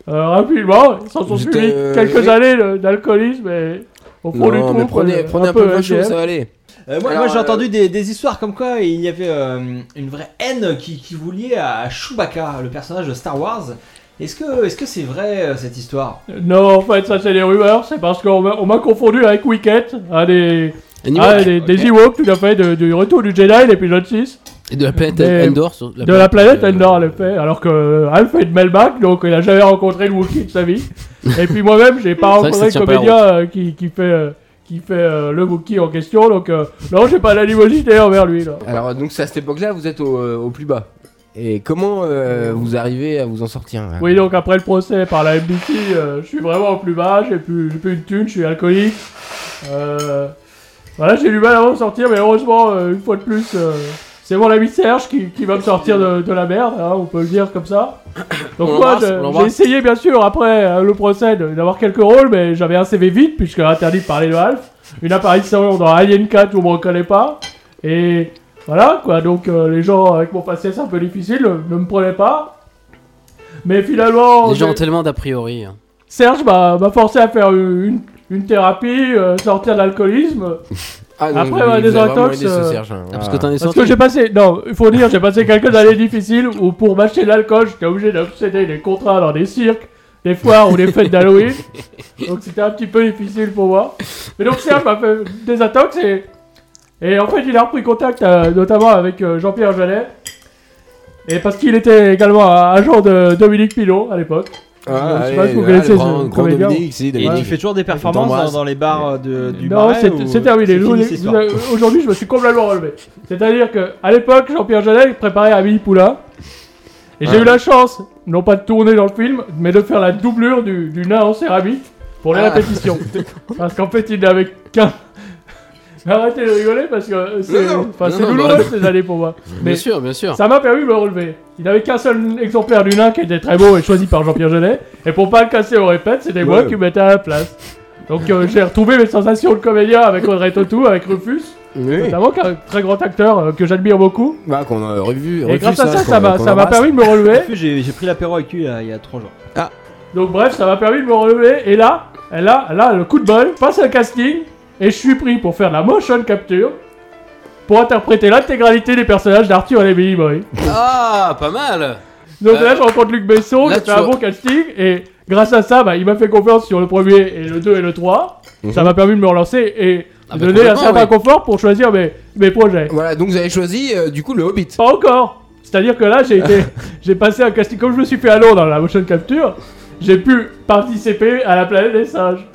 Speaker 3: euh, rapidement, sans son
Speaker 1: J'étais,
Speaker 3: suivi
Speaker 1: euh,
Speaker 3: quelques
Speaker 1: oui.
Speaker 3: années de- d'alcoolisme et au fond du
Speaker 1: Non,
Speaker 3: trou.
Speaker 1: mais prenez,
Speaker 3: euh,
Speaker 1: prenez un peu de vin chaud,
Speaker 3: LGM.
Speaker 1: ça va aller.
Speaker 2: Euh, moi,
Speaker 1: Alors,
Speaker 2: moi, j'ai
Speaker 1: euh,
Speaker 2: entendu des, des histoires comme quoi il y avait euh, une vraie haine qui, qui vous liait à Chewbacca, le personnage de Star Wars. Est-ce que est-ce que c'est vrai euh, cette histoire
Speaker 1: hein.
Speaker 3: Non, en fait, ça c'est des rumeurs, c'est parce qu'on m'a on m'a confondu avec Wicket, un des,
Speaker 4: Animaux.
Speaker 3: un des,
Speaker 2: ok.
Speaker 3: des Ewoks tout à fait, de- du retour du Jedi, l'épisode 6,
Speaker 4: Et de la planète
Speaker 3: Mais-
Speaker 4: Endor. sur-
Speaker 3: de la planète
Speaker 4: euh,
Speaker 3: Endor, en effet, alors que euh, Alf est de Melmac, donc il a jamais rencontré le Wookiee de sa vie. Et puis moi-même, j'ai pas
Speaker 4: C'est vrai que ça
Speaker 3: rencontré le
Speaker 4: tient pas la
Speaker 3: comédien euh, qui, qui fait, euh, qui fait euh, le Wookiee en question, donc euh, non, j'ai pas d'animosité envers lui. Là.
Speaker 1: Alors, donc, c'est à cette époque-là, vous êtes au, euh, au plus bas. Et comment euh, vous arrivez à vous en sortir là
Speaker 3: Oui, donc après le procès par la MBC, euh, je suis vraiment au plus bas, j'ai plus, j'ai plus une thune, je suis alcoolique. Euh, voilà, j'ai du mal à m'en sortir, mais heureusement, euh, une fois de plus, euh, c'est mon ami Serge qui, qui va me sortir de, de la merde, hein, on peut le dire comme ça. Donc
Speaker 4: On
Speaker 3: moi,
Speaker 4: l'embrasse,
Speaker 3: je-
Speaker 4: on l'embrasse.
Speaker 3: j'ai essayé bien sûr après euh, le procès de- d'avoir quelques rôles, mais j'avais un CV vide puisque interdit de parler de Alf. Une apparition dans Alien 4 où on me reconnaît pas. Et voilà quoi, donc euh, les gens avec mon passé c'est un peu difficile, euh, ne me prenaient pas. Mais finalement,
Speaker 4: Les gens
Speaker 3: j'ai-
Speaker 4: ont tellement d'a priori. hein.
Speaker 3: Serge m'a m'a forcé à faire une, une thérapie, euh, sortir de l'alcoolisme.
Speaker 1: Ah,
Speaker 3: Après,
Speaker 1: il-
Speaker 3: ouais,
Speaker 1: il
Speaker 3: des
Speaker 1: vous a vraiment
Speaker 3: intox,
Speaker 1: aidé, ce
Speaker 3: euh,
Speaker 1: Serge, hein.
Speaker 4: Ah, Parce que t'en es
Speaker 3: Parce
Speaker 4: sorti.
Speaker 3: que j'ai passé, non, il faut dire, j'ai passé quelques années difficiles où pour m'acheter de l'alcool, j'étais obligé d'obséder les contrats dans des cirques, des foires ou des fêtes d'Halloween. Donc c'était un petit peu difficile pour moi. Mais donc Serge m'a fait des intox et, et en fait il a repris contact euh, notamment avec euh, Jean-Pierre Jeannet. Et parce qu'il était également un agent de Dominique Pilot à l'époque.
Speaker 1: Ah,
Speaker 3: je sais
Speaker 1: allez,
Speaker 3: pas si vous
Speaker 1: ah,
Speaker 3: connaissez
Speaker 1: le
Speaker 3: ce
Speaker 1: grand, grand
Speaker 3: comédien.
Speaker 1: Dominique, si,
Speaker 2: Et
Speaker 1: Dominique.
Speaker 2: il fait toujours des performances dans,
Speaker 1: t'embrasse.
Speaker 2: dans les bars euh, de, du
Speaker 3: Non,
Speaker 2: Marais
Speaker 3: c'est
Speaker 2: ou-
Speaker 3: c'est terminé. Je
Speaker 2: fini,
Speaker 3: vous l'ai-
Speaker 2: cette
Speaker 3: vous
Speaker 2: histoire
Speaker 3: avez- euh, Aujourd'hui, je me suis complètement relevé. C'est-à-dire qu'à l'époque, Jean-Pierre Jeunet préparait Amélie Poulain. Et j'ai
Speaker 1: Ah.
Speaker 3: eu la chance, non pas de tourner dans le film, mais de faire la doublure du, du nain en céramique pour les
Speaker 1: Ah.
Speaker 3: répétitions. parce qu'en fait, il n'avait qu'un. Mais Arrêtez de rigoler parce que c'est
Speaker 1: Non, non.
Speaker 3: enfin,
Speaker 1: Non,
Speaker 3: c'est
Speaker 1: non,
Speaker 3: douloureux
Speaker 1: bah.
Speaker 3: ces années pour moi.
Speaker 4: Bien
Speaker 3: Mais-
Speaker 4: sûr, bien sûr.
Speaker 3: ça m'a permis de me relever. Il n'avait qu'un seul exemplaire du nain qui était très beau et choisi par Jean-Pierre Jeunet. Et pour pas le casser au répète, c'était moi
Speaker 1: Ouais.
Speaker 3: qui me mettais à la place. Donc euh, j'ai retrouvé mes sensations de comédien avec Audrey Tautou, avec Rufus,
Speaker 1: Oui.
Speaker 3: notamment qui est un très grand acteur euh, que j'admire beaucoup.
Speaker 1: Bah, qu'on a revu.
Speaker 3: Et
Speaker 1: revu
Speaker 3: grâce à ça,
Speaker 1: hein, qu'on-
Speaker 3: ça m'a
Speaker 1: qu'on
Speaker 3: ça m'a
Speaker 1: embrasse.
Speaker 3: permis de me relever.
Speaker 2: euh, J'ai j'ai pris l'apéro avec lui là, il y a trois jours.
Speaker 3: Donc bref, ça m'a permis de me relever. Et là, là, là, le coup de bol, passe un casting, et je suis pris pour faire la motion capture, pour interpréter l'intégralité des personnages d'Arthur et les Billy Boy.
Speaker 4: Ah, pas mal
Speaker 3: Donc
Speaker 4: Euh,
Speaker 3: là, je rencontre Luc Besson,
Speaker 4: là,
Speaker 3: j'ai
Speaker 4: tu
Speaker 3: fait un
Speaker 4: vois-
Speaker 3: bon casting, et grâce à ça, bah, il m'a fait confiance sur le premier, et le 2 et le 3. Ça m'a permis de me relancer et
Speaker 4: Mhm. Ah
Speaker 3: me
Speaker 4: bah,
Speaker 3: donner un
Speaker 4: complètement,
Speaker 3: certain
Speaker 4: oui.
Speaker 3: confort pour choisir mes, mes projets.
Speaker 1: Voilà, donc vous avez choisi euh, du coup le Hobbit.
Speaker 3: Pas encore. C'est-à-dire que là, j'ai été, j'ai passé un casting comme je me suis fait à Londres dans la motion capture. J'ai pu participer à la planète des singes.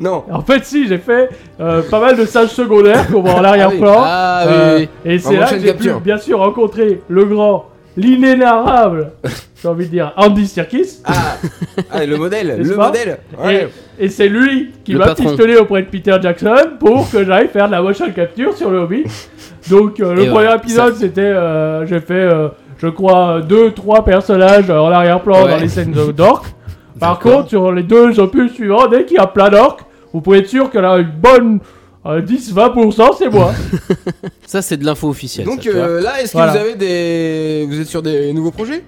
Speaker 1: Non.
Speaker 3: En fait, si, j'ai fait euh, pas mal de singes secondaires qu'on voit en arrière-plan.
Speaker 4: Ah
Speaker 3: Euh,
Speaker 4: oui
Speaker 3: Et c'est là
Speaker 1: motion
Speaker 3: que j'ai pu,
Speaker 1: capture.
Speaker 3: bien sûr, rencontrer le grand, l'inénarrable, j'ai envie de dire, Andy Serkis.
Speaker 1: Ah, ah, le modèle,
Speaker 3: N'est-ce
Speaker 1: le
Speaker 3: pas
Speaker 1: modèle. Ouais.
Speaker 3: Et, et c'est lui qui
Speaker 4: Le
Speaker 3: m'a
Speaker 4: patron.
Speaker 3: pistonné auprès de Peter Jackson pour que j'aille faire de la motion capture sur le hobby. Donc euh, le
Speaker 4: Et
Speaker 3: premier
Speaker 4: voilà,
Speaker 3: épisode c'était euh, j'ai fait euh, je crois deux trois personnages euh, en arrière-plan
Speaker 4: Ouais.
Speaker 3: dans les scènes de- d'orques. Par contre sur les deux opus suivants dès qu'il y a plein d'orques, vous pouvez être sûr qu'elle a une bonne euh, 10-20% c'est moi.
Speaker 4: Ça, c'est de l'info officielle.
Speaker 1: Donc
Speaker 4: ça, tu vois.
Speaker 1: euh, là, est-ce que
Speaker 3: Voilà.
Speaker 1: vous avez des, vous êtes sur des nouveaux projets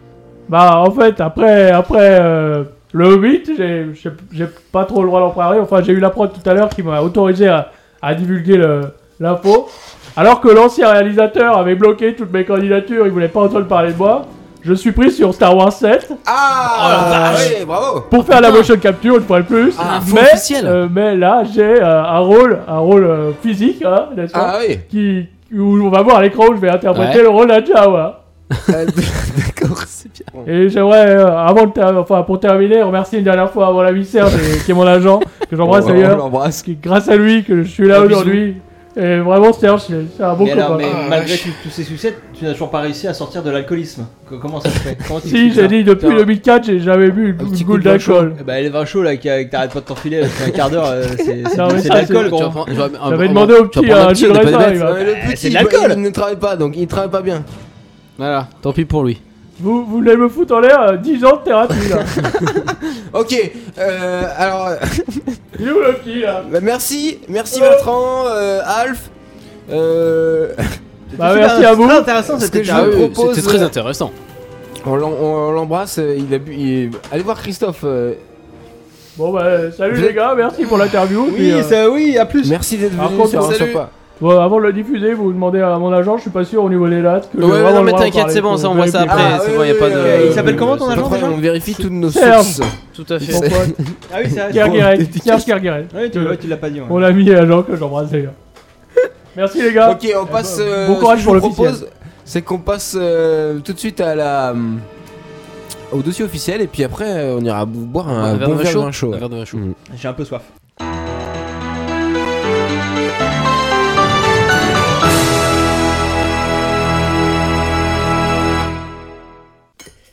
Speaker 3: Bah en fait après après euh, le Hobbit j'ai j'ai- j'ai pas trop le droit d'en parler. Enfin j'ai eu la prod tout à l'heure qui m'a autorisé à, à divulguer le- l'info. Alors que l'ancien réalisateur avait bloqué toutes mes candidatures, il voulait pas entendre parler de moi. Je suis pris sur Star Wars 7
Speaker 2: Oh,
Speaker 1: Ah, ouais, bravo.
Speaker 3: pour faire la motion capture une fois de plus.
Speaker 4: Ah, info
Speaker 3: mais,
Speaker 4: officielle.
Speaker 3: euh, mais là j'ai euh, un rôle un rôle euh, physique hein, n'est-ce pas,
Speaker 1: Ah oui.
Speaker 3: qui où on va voir à l'écran où je vais interpréter
Speaker 4: Ouais.
Speaker 3: le rôle d'un Jawa.
Speaker 1: Euh, D'accord.
Speaker 4: C'est bien.
Speaker 3: Et j'aimerais, euh, avant de ter- enfin, pour terminer, remercier une dernière fois avant la Serge, et- qui est mon agent, que j'embrasse
Speaker 1: On- on
Speaker 3: d'ailleurs.
Speaker 1: l'embrasse.
Speaker 3: C'est grâce à lui que je suis là
Speaker 2: Un bisou.
Speaker 3: aujourd'hui. Et vraiment, Serge, c'est c'est un bon
Speaker 2: mais alors,
Speaker 3: copain.
Speaker 2: mais
Speaker 1: Ah,
Speaker 2: malgré
Speaker 1: vache.
Speaker 2: tous- tous ces succès, tu n'as toujours pas réussi à sortir de l'alcoolisme. Que- Comment ça se fait Comment tu
Speaker 3: Si,
Speaker 2: expliques ça
Speaker 3: j'ai dit, depuis
Speaker 2: Putain.
Speaker 3: 2004, j'ai jamais bu une,
Speaker 1: petit
Speaker 3: une
Speaker 1: coup
Speaker 3: goule
Speaker 1: de vin chaud.
Speaker 3: d'alcool.
Speaker 2: Eh bah, les vins chauds là, qui a- que t'arrêtes pas de t'enfiler, ça fait un quart d'heure, euh, c'est c'est-
Speaker 3: Non, mais
Speaker 2: c'est
Speaker 3: ça,
Speaker 2: l'alcool
Speaker 3: c'est-
Speaker 4: Tu
Speaker 2: gros.
Speaker 4: vas prendre- j'aurais-
Speaker 3: J'avais
Speaker 4: on-
Speaker 3: demandé
Speaker 4: on-
Speaker 3: au
Speaker 4: tu vas
Speaker 3: petit,
Speaker 4: prendre
Speaker 3: euh,
Speaker 4: un
Speaker 3: Gilles
Speaker 4: on est pas
Speaker 3: Reza,
Speaker 4: des
Speaker 3: il
Speaker 4: bêtes.
Speaker 3: va-
Speaker 1: Ouais, le
Speaker 2: Eh,
Speaker 1: petit,
Speaker 2: c'est de
Speaker 1: il-
Speaker 2: l'alcool.
Speaker 1: Il ne travaille pas, donc il travaille pas bien.
Speaker 4: Voilà, tant pis pour lui.
Speaker 3: Vous, vous voulez me foutre en l'air euh, 10 ans de thérapie, là.
Speaker 1: Ok. Euh, alors, euh,
Speaker 3: Il est où le petit, là
Speaker 1: bah, merci, merci Bertrand, euh, Alf. Euh,
Speaker 3: Bah,
Speaker 2: C'était
Speaker 3: merci
Speaker 2: super-
Speaker 3: à vous.
Speaker 2: très intéressant
Speaker 1: Ce
Speaker 2: cette
Speaker 1: que je
Speaker 4: Ah
Speaker 1: vous
Speaker 4: oui,
Speaker 1: propose,
Speaker 4: C'était très
Speaker 1: euh,
Speaker 4: intéressant.
Speaker 1: on l'em- on l'embrasse. euh, Il a bu. il- Allez voir Christophe. euh,
Speaker 3: Bon, bah, salut
Speaker 1: Vous
Speaker 3: les
Speaker 1: êtes-
Speaker 3: gars, merci pour l'interview. puis, euh,
Speaker 2: ça, Ah oui, à plus.
Speaker 1: Merci d'être
Speaker 3: Par
Speaker 1: venu.
Speaker 3: contre,
Speaker 1: c'est vraiment
Speaker 3: salut.
Speaker 1: sympa.
Speaker 3: bon, avant de le diffuser, vous demandez à mon agent, je suis pas sûr au niveau des dates. Que j'ai
Speaker 4: Ouais, ouais,
Speaker 3: vraiment
Speaker 4: non,
Speaker 3: le
Speaker 4: mais
Speaker 3: droit d'en
Speaker 4: t'inquiète,
Speaker 3: parler,
Speaker 4: c'est bon,
Speaker 3: faut
Speaker 4: ça, on
Speaker 3: que
Speaker 4: voit
Speaker 3: je
Speaker 4: ça
Speaker 3: vérifie.
Speaker 4: après.
Speaker 1: Ah,
Speaker 4: c'est
Speaker 1: oui,
Speaker 4: bon, y a
Speaker 1: oui,
Speaker 4: pas de.
Speaker 1: oui,
Speaker 2: Il s'appelle comment ton
Speaker 4: c'est
Speaker 2: agent
Speaker 4: pas-
Speaker 1: Après,
Speaker 2: déjà
Speaker 1: on vérifie toutes nos
Speaker 3: Serge.
Speaker 1: sources.
Speaker 4: Tout à fait.
Speaker 3: Mon pote,
Speaker 2: Ah oui, c'est
Speaker 3: Pierre
Speaker 2: vrai.
Speaker 3: Guéret, Serge Pierre Guéret.
Speaker 2: Ouais, tu ouais, tu l'as pas dit. ouais.
Speaker 3: Mon ami et agent que j'embrasse d'ailleurs. Merci les gars.
Speaker 1: Ok, on passe. euh,
Speaker 3: bon courage
Speaker 1: ce que
Speaker 3: pour
Speaker 1: je vous
Speaker 3: l'officiel.
Speaker 1: propose, C'est qu'on passe euh, tout de suite à la hum, au dossier officiel et puis après euh, on ira bo- boire un, bon verre de vin chaud.
Speaker 4: Un
Speaker 1: ouais.
Speaker 4: verre de vin chaud.
Speaker 1: Mm.
Speaker 2: J'ai un peu soif.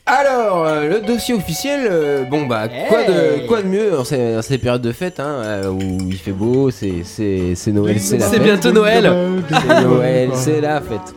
Speaker 1: Alors euh, le dossier officiel, euh, bon bah quoi de
Speaker 2: Hey.
Speaker 1: quoi de mieux dans ces, dans ces périodes de fête hein, euh, où il fait beau, c'est c'est c'est Noël, c'est la
Speaker 4: C'est
Speaker 1: fête.
Speaker 4: bien. bientôt Noël.
Speaker 1: C'est
Speaker 5: Ah,
Speaker 1: Noël, c'est la fête.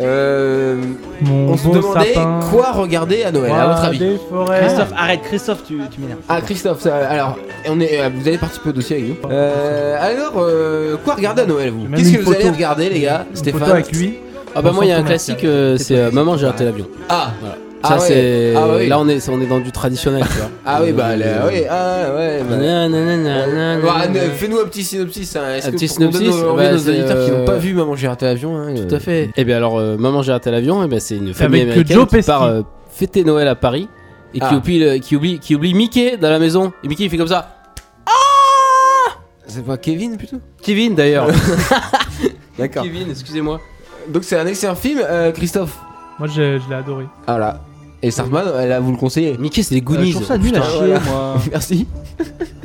Speaker 1: Euh,
Speaker 5: Mon
Speaker 1: on se
Speaker 5: beau
Speaker 1: demandait
Speaker 5: sapin.
Speaker 1: quoi regarder à Noël, à votre avis
Speaker 3: Des forêts.
Speaker 2: Christophe, arrête, Christophe, tu, tu m'énerves.
Speaker 1: Ah Christophe, ça- alors on est, euh, vous allez participer au dossier avec nous. Euh, alors, euh, quoi regarder à Noël vous
Speaker 5: Même
Speaker 1: Qu'est-ce
Speaker 5: une
Speaker 1: que vous allez
Speaker 5: photo.
Speaker 1: regarder les gars
Speaker 5: Une photo
Speaker 1: Stéphane
Speaker 5: avec lui.
Speaker 4: Ah bah moi il y a un
Speaker 5: Bonsoir,
Speaker 4: classique, euh, c'est euh, maman j'ai raté l'avion.
Speaker 1: Ah
Speaker 4: Voilà.
Speaker 1: Ah
Speaker 4: ça
Speaker 1: ouais.
Speaker 4: c'est
Speaker 1: Ah ouais.
Speaker 4: là on est on est dans du traditionnel tu vois.
Speaker 1: Ah oui bah là, oui ah ouais. bah. Euh, bah, ne-
Speaker 4: Nananananana.
Speaker 1: Fais-nous un petit synopsis. hein. Est-ce
Speaker 4: Un
Speaker 1: que
Speaker 4: petit
Speaker 1: pour qu'on donne
Speaker 4: synopsis,
Speaker 1: envie
Speaker 4: bah,
Speaker 1: à nos
Speaker 4: c'est,
Speaker 1: auditeurs qui n'ont
Speaker 4: euh,
Speaker 1: pas vu Maman j'ai raté l'avion. hein,
Speaker 4: Tout à
Speaker 1: euh,
Speaker 4: fait. Et bien alors euh, maman j'ai raté l'avion et ben c'est une famille
Speaker 5: Avec
Speaker 4: américaine
Speaker 5: Joe
Speaker 4: qui part
Speaker 5: Pesci.
Speaker 4: euh, fêter Noël à Paris et qui
Speaker 1: Ah.
Speaker 4: oublie le- qui oublie qui oublie Mickey dans la maison et Mickey il fait comme ça.
Speaker 1: C'est pas Kevin plutôt
Speaker 4: Kevin d'ailleurs.
Speaker 1: D'accord.
Speaker 4: Kevin excusez-moi.
Speaker 1: Donc c'est un excellent film, euh, Christophe.
Speaker 5: Moi, je, je l'ai adoré.
Speaker 1: Voilà. Et Sartman, elle a vous le conseiller.
Speaker 4: Mickey c'est des
Speaker 2: Euh, je
Speaker 4: Goonies.
Speaker 2: trouve ça nul à
Speaker 4: Putain,
Speaker 2: chier, moi.
Speaker 1: Merci.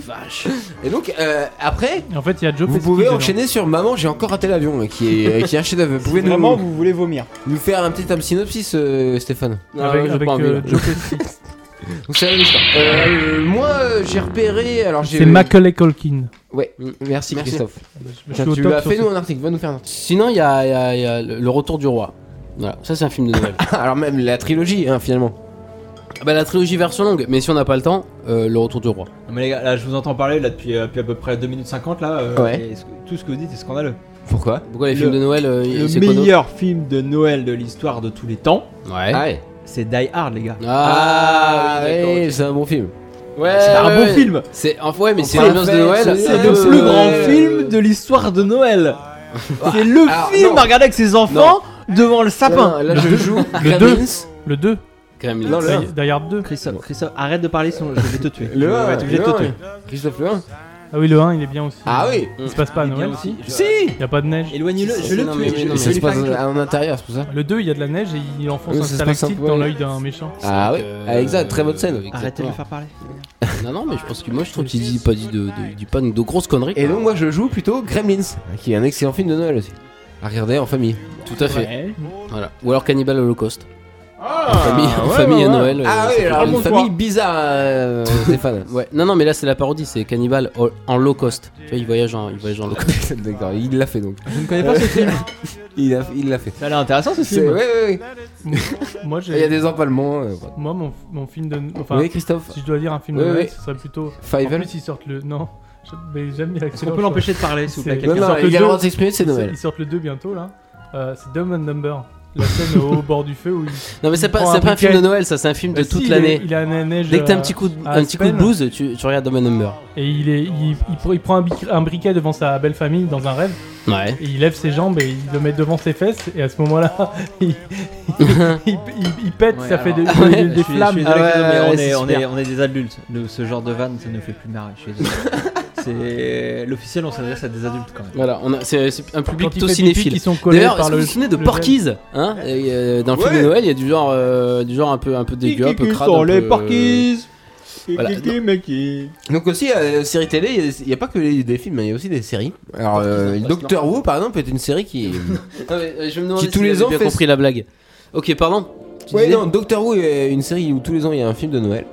Speaker 4: Vache.
Speaker 1: Et donc euh, après,
Speaker 5: Et en fait, il y a Joe
Speaker 1: vous
Speaker 5: Pesci
Speaker 1: pouvez
Speaker 5: dedans.
Speaker 1: enchaîner sur Maman j'ai encore raté l'avion, qui est qui est un chef-d'œuvre. Vous pouvez nous
Speaker 2: Vraiment, vous voulez vomir.
Speaker 1: Nous faire un petit un synopsis, euh, Stéphane.
Speaker 4: Non,
Speaker 3: Ah,
Speaker 5: Avec,
Speaker 4: j'ai pas
Speaker 5: avec
Speaker 4: envie,
Speaker 5: euh,
Speaker 3: hein.
Speaker 4: là.
Speaker 5: Joe Pesci.
Speaker 1: Donc c'est la même histoire. Euh, moi, euh, j'ai repéré. Alors j'ai.
Speaker 5: C'est Macaulay Culkin.
Speaker 1: Ouais. Merci,
Speaker 4: Merci.
Speaker 1: Christophe.
Speaker 5: Je suis
Speaker 1: Tiens,
Speaker 5: au
Speaker 1: tu
Speaker 5: top
Speaker 1: as
Speaker 5: sur
Speaker 1: fait
Speaker 5: ce-
Speaker 1: nous un article. Va nous faire un article.
Speaker 4: Sinon il y a, il y a- il y a le le retour du roi. Voilà, ça c'est un film de Noël.
Speaker 1: alors même la trilogie, hein, finalement.
Speaker 4: Ah Bah la trilogie version longue, mais si on n'a pas le temps, euh, le retour du roi.
Speaker 2: Non, mais les gars, là, je vous entends parler là depuis, euh, depuis à peu près 2 minutes 50 là. euh,
Speaker 1: Ouais.
Speaker 2: et ce- tout ce que vous dites est scandaleux.
Speaker 1: Pourquoi
Speaker 4: Pourquoi les films
Speaker 2: Le-
Speaker 4: de Noël, euh, y-
Speaker 2: Le
Speaker 4: c'est quoi
Speaker 2: meilleur film de Noël de l'histoire de tous les temps,
Speaker 4: d'autre Ouais.
Speaker 1: Ah ouais.
Speaker 2: c'est Die Hard, les gars.
Speaker 4: Ah, oui,
Speaker 1: ouais,
Speaker 4: d'accord, ok.
Speaker 1: c'est un bon film.
Speaker 4: Ouais,
Speaker 2: c'est un
Speaker 4: ouais,
Speaker 2: bon
Speaker 4: ouais.
Speaker 2: film.
Speaker 4: C'est enfin, ouais, mais
Speaker 1: On
Speaker 4: c'est
Speaker 1: parle
Speaker 4: l'ambiance de
Speaker 1: fait,
Speaker 4: Noël.
Speaker 1: c'est-
Speaker 2: C'est
Speaker 1: Ah,
Speaker 2: le
Speaker 1: euh,
Speaker 2: plus grand
Speaker 1: euh,
Speaker 2: film de l'histoire de Noël. C'est le
Speaker 1: alors,
Speaker 2: film
Speaker 1: non.
Speaker 2: à regarder avec ses enfants devant le sapin.
Speaker 1: là, je joue
Speaker 3: Le
Speaker 1: Gremlins.
Speaker 3: Le 2.
Speaker 4: Gremlins.
Speaker 1: Non, le-
Speaker 3: Die Hard 2.
Speaker 2: Christophe, Christophe, arrête de parler, sinon je vais te tuer.
Speaker 1: Le
Speaker 2: je vais
Speaker 1: 1,
Speaker 2: être obligé de te tuer.
Speaker 1: Christophe Le 1.
Speaker 3: Ah oui, le 1, il est bien aussi.
Speaker 1: Ah oui
Speaker 3: Il se passe pas à
Speaker 2: Il est bien
Speaker 3: Noël.
Speaker 2: aussi.
Speaker 3: Il y a pas de neige.
Speaker 2: Éloignez-le, je vais
Speaker 4: Non,
Speaker 2: le
Speaker 4: mais-
Speaker 2: tuer. je-
Speaker 4: mais non,
Speaker 1: Ça
Speaker 2: je vais
Speaker 1: se
Speaker 2: lui
Speaker 1: passe
Speaker 2: faire une
Speaker 1: à l'intérieur, c'est pour ça
Speaker 3: Le 2, il y a de la neige et il enfonce
Speaker 1: Oui,
Speaker 3: un
Speaker 1: ça se passe
Speaker 3: stalactite
Speaker 1: un peu,
Speaker 3: dans
Speaker 1: ouais.
Speaker 3: l'œil d'un méchant.
Speaker 1: Ah oui,
Speaker 4: Euh,
Speaker 1: Ah, exact, très bonne scène.
Speaker 4: exactement.
Speaker 2: Arrêtez de le faire parler.
Speaker 4: Non, non, mais je pense que moi je trouve qu'il dit pas, dit de, de- il dit pas de, de grosses conneries.
Speaker 1: Et donc moi je joue plutôt Gremlins, qui est un excellent film de Noël aussi. À regarder en famille.
Speaker 4: tout à fait.
Speaker 2: Ouais.
Speaker 4: Voilà. Ou alors Cannibal Holocaust.
Speaker 3: Ah,
Speaker 4: En famille, en famille à Noël.
Speaker 1: Ah
Speaker 4: euh,
Speaker 1: oui,
Speaker 4: c'est
Speaker 1: alors
Speaker 4: pas
Speaker 1: une
Speaker 4: mal.
Speaker 1: famille bizarre, euh, Stéphane.
Speaker 4: Ouais. Non, non, mais là c'est la parodie, c'est Cannibal au- en low cost. Tu vois, il voyage en, il voyage en low cost.
Speaker 1: D'accord, il l'a fait donc.
Speaker 2: Je ne connais pas ce film.
Speaker 1: Il l'a il l'a fait.
Speaker 2: Ça a l'air intéressant ce
Speaker 1: C'est-
Speaker 2: film.
Speaker 1: ouais, ouais, ouais.
Speaker 3: Moi,
Speaker 1: Il y a
Speaker 3: j'ai.
Speaker 1: des empalements. euh, voilà.
Speaker 3: Moi, mon, mon film de. Enfin,
Speaker 1: oui, Christophe.
Speaker 3: si je dois dire un film
Speaker 1: Oui,
Speaker 3: de Noël,
Speaker 1: oui.
Speaker 3: ce serait plutôt. En
Speaker 1: Fivel.
Speaker 3: plus, ils sortent le. Non, je- mais j'aime bien
Speaker 2: Est-ce qu'on peut l'empêcher de parler, s'il vous plaît
Speaker 3: C'est-
Speaker 1: Non,
Speaker 2: quelqu'un
Speaker 1: non,
Speaker 3: sorte
Speaker 1: il a le
Speaker 3: de-
Speaker 1: droit de s'exprimer, c'est
Speaker 3: Ils,
Speaker 1: Noël.
Speaker 3: ils sortent le 2 bientôt, là. Euh, c'est Dumb and Number. La scène au bord du feu où il.
Speaker 4: Non, mais c'est
Speaker 3: Il prend
Speaker 4: pas,
Speaker 3: un
Speaker 4: c'est pas un film de
Speaker 3: briquet.
Speaker 4: Noël, ça, c'est un film de
Speaker 3: Bah, si,
Speaker 4: toute
Speaker 3: il est-
Speaker 4: l'année.
Speaker 3: Il a un neige.
Speaker 4: Dès que t'as un
Speaker 3: euh,
Speaker 4: petit coup de,
Speaker 3: à
Speaker 4: un petit coup de
Speaker 3: Aspen.
Speaker 4: blues, tu, tu regardes Dumb and Number.
Speaker 3: Et il, est, il,
Speaker 4: Oh.
Speaker 3: il pr- il prend un, bic- un briquet devant sa belle famille dans un rêve.
Speaker 4: Ouais.
Speaker 3: Et il lève ses jambes et il le met devant ses fesses. Et à ce moment-là, il, il- il- il pète,
Speaker 2: Ouais,
Speaker 3: ça fait des,
Speaker 2: alors- Je
Speaker 3: des- des
Speaker 2: suis- je suis
Speaker 3: flammes.
Speaker 2: désolé,
Speaker 4: Ah ouais,
Speaker 2: mais on,
Speaker 4: ouais,
Speaker 2: est,
Speaker 4: c'est
Speaker 2: on, est,
Speaker 4: super.
Speaker 2: on est des adultes. Nous, ce genre de van, ça ne fait plus marrer. Je suis désolé. C'est l'officiel, on s'adresse à des adultes quand même.
Speaker 4: Voilà, on a, c'est, c'est un
Speaker 3: Quand
Speaker 4: public
Speaker 3: il
Speaker 4: plutôt
Speaker 3: fait pipi, qui
Speaker 4: cinéphile.
Speaker 3: sont collés
Speaker 4: D'ailleurs, est-ce
Speaker 3: par
Speaker 4: que vous
Speaker 3: le-
Speaker 4: vous souvenez de
Speaker 3: le
Speaker 4: Porky's hein Et, euh, Dans le film de Noël, il y a du genre, euh, du genre un peu, un peu dégueu, un peu crade. un peu- Voilà.
Speaker 1: Donc aussi, euh, série télé, il y a des- il n'y a, pas que les- des films, hein, il y a aussi des séries. Alors, euh,
Speaker 4: non,
Speaker 1: Doctor Who, par exemple, est une série qui...
Speaker 4: Ah ouais, euh, je me demandais
Speaker 1: Qui
Speaker 4: si
Speaker 1: tous
Speaker 4: vous
Speaker 1: les
Speaker 4: avez
Speaker 1: ans
Speaker 4: bien
Speaker 1: fait-
Speaker 4: compris la blague. Ok, pardon. Tu
Speaker 1: ouais,
Speaker 4: disais
Speaker 1: non, Doctor Who est une série où tous les ans, il y a un film de Noël.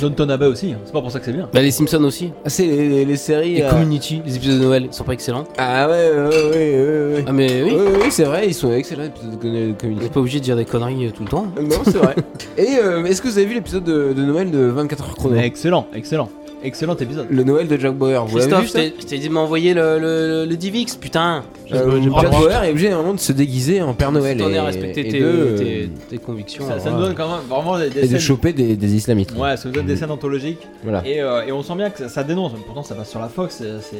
Speaker 2: Donne ton abat aussi, hein. c'est pas pour ça que c'est bien.
Speaker 4: Bah, les Simpsons aussi.
Speaker 1: Ah, c'est les, les- les séries...
Speaker 4: Et
Speaker 1: euh,
Speaker 4: Community, les épisodes de Noël, ils sont pas excellents.
Speaker 1: Ah ouais, ouais, ouais, ouais, ouais.
Speaker 4: Ah, mais oui,
Speaker 1: Ouais, ouais, ouais, c'est vrai, ils sont excellents, les épisodes de
Speaker 4: on
Speaker 1: Community.
Speaker 4: n'est pas obligé de dire des conneries euh, tout le temps.
Speaker 1: Non, c'est vrai. Et euh, est-ce que vous avez vu l'épisode de, de Noël de 24 heures chrono
Speaker 2: Mais excellent, excellent, excellent épisode.
Speaker 1: Le Noël de Jack Bauer, vous l'avez vu
Speaker 4: Christophe, je
Speaker 1: ça
Speaker 4: t'ai- je t'ai dit de m'envoyer le, le, le, le DivX, putain.
Speaker 1: Euh,
Speaker 3: j'ai pas
Speaker 1: Jack
Speaker 3: le droit.
Speaker 1: Bauer est obligé normalement de se déguiser en Père Noël
Speaker 4: T'en
Speaker 1: et,
Speaker 4: es à
Speaker 1: et
Speaker 4: respecter tes,
Speaker 1: de, euh,
Speaker 4: tes, tes convictions.
Speaker 2: Ça, ça
Speaker 4: alors,
Speaker 2: nous donne quand même vraiment des, des
Speaker 1: et de
Speaker 2: scènes.
Speaker 1: choper des, des islamistes.
Speaker 2: Ouais, ça nous donne des scènes anthologiques
Speaker 1: Voilà.
Speaker 2: et, euh, et on sent bien que ça, ça dénonce. Pourtant, ça passe sur la Fox, euh, c'est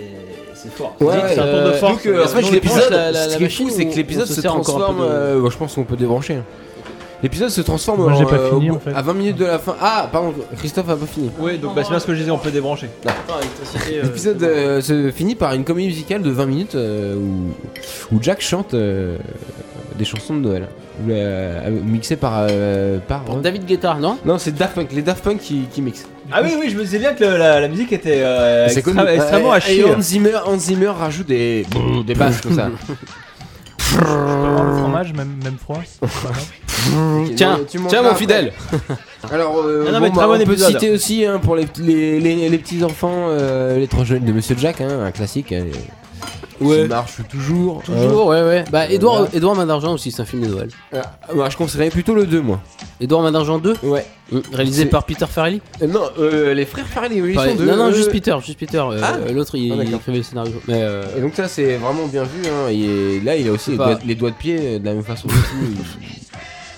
Speaker 2: c'est fort.
Speaker 1: Ouais,
Speaker 2: C'est- c'est un
Speaker 4: ouais,
Speaker 2: tour de
Speaker 4: euh,
Speaker 2: force.
Speaker 1: Donc, euh, en fait,
Speaker 4: Sinon,
Speaker 1: l'épisode,
Speaker 4: l'épisode, la- la-
Speaker 1: ce
Speaker 4: la
Speaker 1: qui est
Speaker 4: machine,
Speaker 1: fou, c'est que
Speaker 4: on-
Speaker 1: l'épisode
Speaker 4: on se
Speaker 1: se,
Speaker 4: sert encore un peu
Speaker 1: transforme.
Speaker 4: de-
Speaker 1: euh, bon, je pense qu'on peut débrancher. L'épisode se transforme
Speaker 3: Moi, j'ai
Speaker 1: en,
Speaker 3: pas
Speaker 1: euh,
Speaker 3: fini,
Speaker 1: au bout-
Speaker 3: en fait.
Speaker 1: à 20 minutes de la fin. Ah, pardon, Christophe a pas fini.
Speaker 2: Oui, donc bah, c'est bien ce que je disais, on peut débrancher.
Speaker 4: Attends, électricité, euh,
Speaker 1: L'épisode
Speaker 4: c'est bon.
Speaker 1: euh, se finit par une comédie musicale de 20 minutes euh, où, où Jack chante euh, des chansons de Noël. Euh, mixées par. euh, par
Speaker 4: Pour David Guetta, non
Speaker 1: Non, c'est Daft Punk, les Daft Punk qui, qui mixent.
Speaker 2: Ah oui, oui, je me disais bien que le- la, la musique était euh,
Speaker 1: C'est
Speaker 2: extra-
Speaker 1: connu.
Speaker 2: extrêmement
Speaker 1: Ouais,
Speaker 2: à chier.
Speaker 1: Et Hans Zimmer, Hans Zimmer rajoute des, des basses comme ça.
Speaker 3: avoir le fromage, même, même froid.
Speaker 4: Tiens,
Speaker 1: Tu mangeras
Speaker 4: tiens mon
Speaker 1: après.
Speaker 4: fidèle
Speaker 1: Alors, euh,
Speaker 2: Ah non,
Speaker 1: bon,
Speaker 2: mais
Speaker 1: bah,
Speaker 2: très bon
Speaker 1: on peut
Speaker 2: épisode.
Speaker 1: citer aussi hein, pour les, les, les, les petits enfants, euh, les trois jeunes de Monsieur Jack, hein, un classique. euh,
Speaker 4: Ouais.
Speaker 1: Qui marche toujours.
Speaker 4: Toujours, ouais, ouais. Bah,
Speaker 1: Voilà.
Speaker 4: Edouard, Edouard Main d'Argent aussi, c'est un film de Noël.
Speaker 1: Euh, ah, bah, je conseillerais plutôt le 2, moi.
Speaker 4: Edouard Main d'Argent 2,
Speaker 1: Ouais.
Speaker 4: mm, réalisé
Speaker 1: C'est-
Speaker 4: par Peter Farrelly.
Speaker 1: Euh, non, euh, les frères Farrelly, ils
Speaker 4: Pareil.
Speaker 1: sont deux.
Speaker 4: non, non,
Speaker 1: euh,
Speaker 4: juste Peter, juste Peter. euh,
Speaker 1: Ah.
Speaker 4: L'autre, il,
Speaker 1: Ah,
Speaker 4: il
Speaker 1: d'accord.
Speaker 4: écrivait le scénario. Mais euh,
Speaker 1: Et donc, ça, c'est vraiment bien vu. Hein. Et là, il a aussi les
Speaker 4: Pas-
Speaker 1: doigts, les doigts de pied euh, de la même façon. et tout.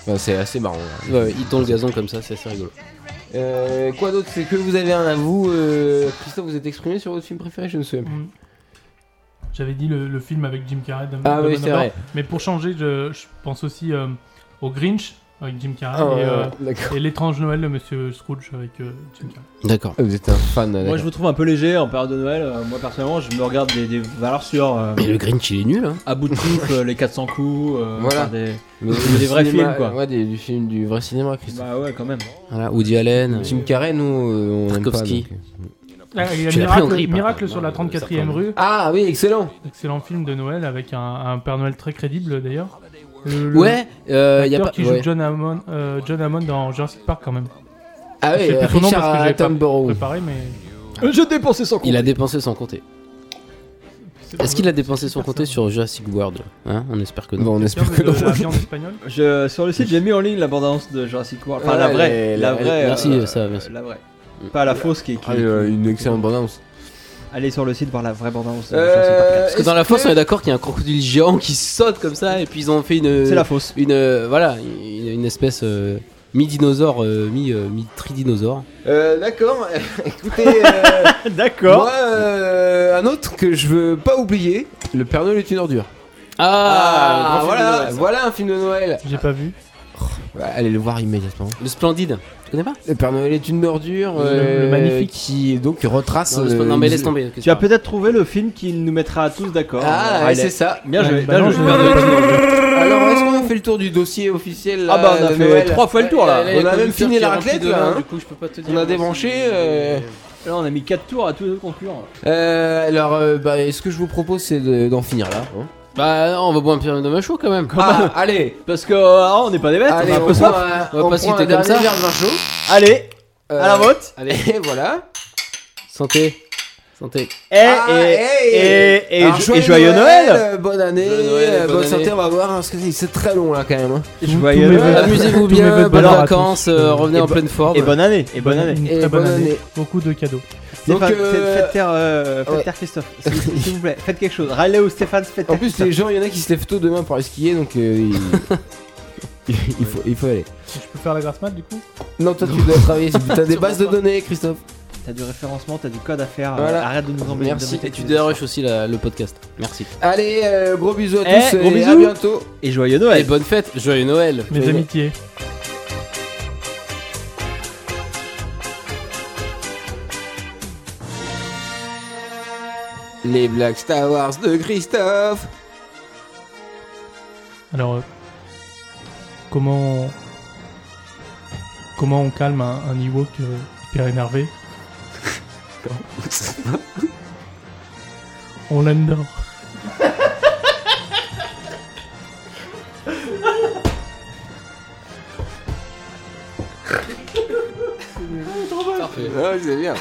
Speaker 1: Enfin, c'est assez marrant. hein.
Speaker 4: ouais, il tend le gazon comme ça, c'est assez rigolo.
Speaker 1: Euh, quoi d'autre C'est que vous avez un à vous. euh, Christophe, vous êtes exprimé sur votre film préféré Je ne sais plus.
Speaker 3: Mm. J'avais dit le, le film avec Jim Carrey. Dumb-
Speaker 1: Ah
Speaker 3: Dumb
Speaker 1: oui,
Speaker 3: and
Speaker 1: c'est
Speaker 3: Dumber.
Speaker 1: vrai.
Speaker 3: Mais pour changer, je, je pense aussi euh, au Grinch avec Jim Carrey
Speaker 1: Ah,
Speaker 3: et,
Speaker 1: ouais,
Speaker 3: euh,
Speaker 1: ouais, D'accord.
Speaker 3: et l'étrange Noël de Monsieur Scrooge avec euh, Jim Carrey.
Speaker 4: D'accord.
Speaker 1: Ah, Vous êtes un fan.
Speaker 2: Moi
Speaker 1: d'accord.
Speaker 2: je vous trouve un peu léger en période de Noël. Euh, Moi personnellement je me regarde des, des valeurs sur euh,
Speaker 4: Mais le Grinch, il est nul, hein.
Speaker 2: à bout de souffle, euh, les 400 coups, euh,
Speaker 1: Voilà.
Speaker 2: enfin, des...
Speaker 1: Le-
Speaker 2: Des
Speaker 1: le
Speaker 2: vrais
Speaker 1: cinéma,
Speaker 2: films, quoi.
Speaker 1: Ouais, des- du film du vrai cinéma, Christophe.
Speaker 2: bah ouais quand même.
Speaker 4: Voilà, Woody Allen.
Speaker 1: Jim Carrey, nous, euh, on aime pas.
Speaker 4: Tarkovsky.
Speaker 1: donc.
Speaker 3: Ah, il y a
Speaker 4: Tu l'as pris en
Speaker 3: miracle
Speaker 4: grippe, hein,
Speaker 3: Miracle
Speaker 4: quand
Speaker 3: sur la
Speaker 4: même. Non,
Speaker 3: 34e
Speaker 4: certainement.
Speaker 3: rue.
Speaker 1: Ah oui, excellent.
Speaker 3: Excellent film de Noël avec un, un Père Noël très crédible d'ailleurs. Le- le-
Speaker 4: Ouais, euh, y a
Speaker 3: l'acteur
Speaker 4: pas.
Speaker 3: qui joue
Speaker 4: ouais.
Speaker 3: John Hammond, euh, John Hammond dans Jurassic Park quand même.
Speaker 1: Ah oui,
Speaker 3: Je sais
Speaker 1: euh,
Speaker 3: plus son nom parce que
Speaker 1: Richard
Speaker 3: j'avais pas
Speaker 1: Attenborough.
Speaker 3: Préparé mais
Speaker 2: Je dépensais sans
Speaker 4: Il a dépensé sans compter. Est-ce qu'il a dépensé sans compter sur Jurassic World Hein On espère que non.
Speaker 1: Bon, on espère que
Speaker 3: Tiens,
Speaker 1: non.
Speaker 3: de la viande espagnole
Speaker 2: Je, sur le site j'ai mis en ligne l'abondance de Jurassic World. Enfin
Speaker 1: Ouais,
Speaker 2: la vraie.
Speaker 1: les-
Speaker 2: la
Speaker 1: les-
Speaker 2: vraie.
Speaker 4: Merci,
Speaker 2: euh,
Speaker 4: ça, merci.
Speaker 2: La vraie. Pas la fausse qui, est- qui-
Speaker 1: Ah, euh, une excellente bande-annonce.
Speaker 2: Allez sur le site voir la vraie bande-annonce. de Jurassic Park.
Speaker 1: Euh,
Speaker 4: Parce que dans la fosse, on est d'accord qu'il y a un crocodile géant qui saute comme ça, et puis ils ont fait une.
Speaker 2: C'est la fausse.
Speaker 4: Une. euh, voilà, une, une espèce. euh,
Speaker 1: mi-dinosaure, euh, mi- euh, mi-tridinosaure.
Speaker 6: Euh, D'accord, écoutez, euh,
Speaker 7: D'accord.
Speaker 6: moi, euh, un autre que je veux pas oublier.
Speaker 1: le Père Noël est une ordure.
Speaker 4: Ah, grand film de
Speaker 1: voilà,
Speaker 4: Noël.
Speaker 1: voilà un film de Noël.
Speaker 5: J'ai pas vu.
Speaker 1: Bah, allez le voir immédiatement.
Speaker 4: Le splendide. Tu connais pas
Speaker 1: Le Père Noël est une ordure.
Speaker 3: Le-
Speaker 1: euh,
Speaker 3: le magnifique.
Speaker 1: Qui donc retrace.
Speaker 4: Non, le Splendide-
Speaker 1: euh,
Speaker 4: non, mais
Speaker 1: une-
Speaker 4: laisse tomber.
Speaker 2: Tu as peut-être trouvé le film qui nous mettra tous d'accord.
Speaker 1: Ah,
Speaker 2: Riley.
Speaker 1: ouais, c'est ça.
Speaker 2: Bien joué.
Speaker 3: Bah non,
Speaker 2: bien
Speaker 3: je
Speaker 2: joué.
Speaker 3: l'ai pas vu.
Speaker 1: Alors, est-ce qu'on a fait le tour du dossier officiel là,
Speaker 2: Ah bah on a
Speaker 1: de
Speaker 2: fait
Speaker 1: Noël
Speaker 2: trois fois le tour là.
Speaker 1: On a même fini la raclette là. hein.
Speaker 4: Du coup, je peux pas te dire.
Speaker 1: On a débranché. euh,
Speaker 2: Là on a mis 4 tours à tous les deux concurrents.
Speaker 1: euh, alors, euh, bah, ce que je vous propose, c'est de- d'en finir là. hein.
Speaker 4: Bah, non, on va boire un pyramide de macho quand même.
Speaker 1: Ah, allez,
Speaker 2: Parce que euh, ah, on n'est pas des bêtes,
Speaker 1: allez,
Speaker 2: on a un
Speaker 1: on
Speaker 2: peu
Speaker 1: prend
Speaker 2: soif.
Speaker 1: un-
Speaker 4: On va
Speaker 1: on
Speaker 4: pas
Speaker 1: prend
Speaker 4: citer
Speaker 1: un
Speaker 4: comme
Speaker 1: dernier
Speaker 4: ça.
Speaker 1: verre de vin chaud.
Speaker 2: Allez,
Speaker 1: Euh,
Speaker 2: à la vote.
Speaker 1: Allez, voilà.
Speaker 4: Santé. Santé.
Speaker 2: Eh,
Speaker 6: Ah,
Speaker 2: eh,
Speaker 6: hey.
Speaker 2: eh, eh,
Speaker 6: Alors,
Speaker 2: jo- et joyeux Noël
Speaker 1: euh, Bonne année,
Speaker 4: Joyeux Noël et
Speaker 1: euh,
Speaker 4: bonne
Speaker 1: bonne santé,
Speaker 4: année.
Speaker 1: on va voir hein, parce que c'est- c'est très long là quand même. hein.
Speaker 2: Joyeux
Speaker 3: tous mes
Speaker 2: Noël.
Speaker 3: vœux.
Speaker 4: Amusez-vous
Speaker 3: Tous mes
Speaker 4: bien,
Speaker 3: vœux de
Speaker 4: bonnes
Speaker 3: bonheur à
Speaker 4: vacances,
Speaker 3: tous.
Speaker 4: euh, revenez
Speaker 2: Et
Speaker 4: en
Speaker 2: bo-
Speaker 4: pleine forme.
Speaker 2: Et bonne année, et bonne année.
Speaker 3: Une
Speaker 1: Et
Speaker 3: très bonne
Speaker 1: bonne
Speaker 3: année.
Speaker 1: année.
Speaker 3: Beaucoup de cadeaux.
Speaker 1: Donc,
Speaker 2: Stéphane,
Speaker 1: euh,
Speaker 2: faites- faites taire, euh, faites
Speaker 1: ouais.
Speaker 2: taire Christophe, s'il s'il vous plaît, faites quelque chose. Riley ou Stéphane, faites taire
Speaker 1: En plus,
Speaker 2: Christophe.
Speaker 1: les gens, il y en a qui se lèvent tôt demain pour aller skier donc euh, il... il, faut, il faut aller.
Speaker 5: Je peux faire la grasse mat du coup
Speaker 1: Non, toi tu dois travailler, t'as des bases de données, Christophe.
Speaker 2: T'as du référencement, t'as du code à faire, euh,
Speaker 1: Voilà.
Speaker 2: arrête de nous emmerder.
Speaker 1: Merci.
Speaker 2: de mettre
Speaker 4: Et tu
Speaker 2: tes-
Speaker 4: dérush aussi la- le podcast. Merci.
Speaker 1: Allez, euh, gros bisous à
Speaker 2: Eh,
Speaker 1: tous
Speaker 2: gros
Speaker 1: et à
Speaker 2: bisous.
Speaker 1: bientôt.
Speaker 2: Et joyeux
Speaker 4: Et
Speaker 2: Noël
Speaker 4: bonne fête, joyeux Noël.
Speaker 5: Mes amitiés.
Speaker 1: Les Black Star Wars de Christophe.
Speaker 5: Alors, euh, comment comment on calme un, un Ewok euh, hyper énervé On l'endort.
Speaker 4: Parfait.
Speaker 1: Ah, c'est bien.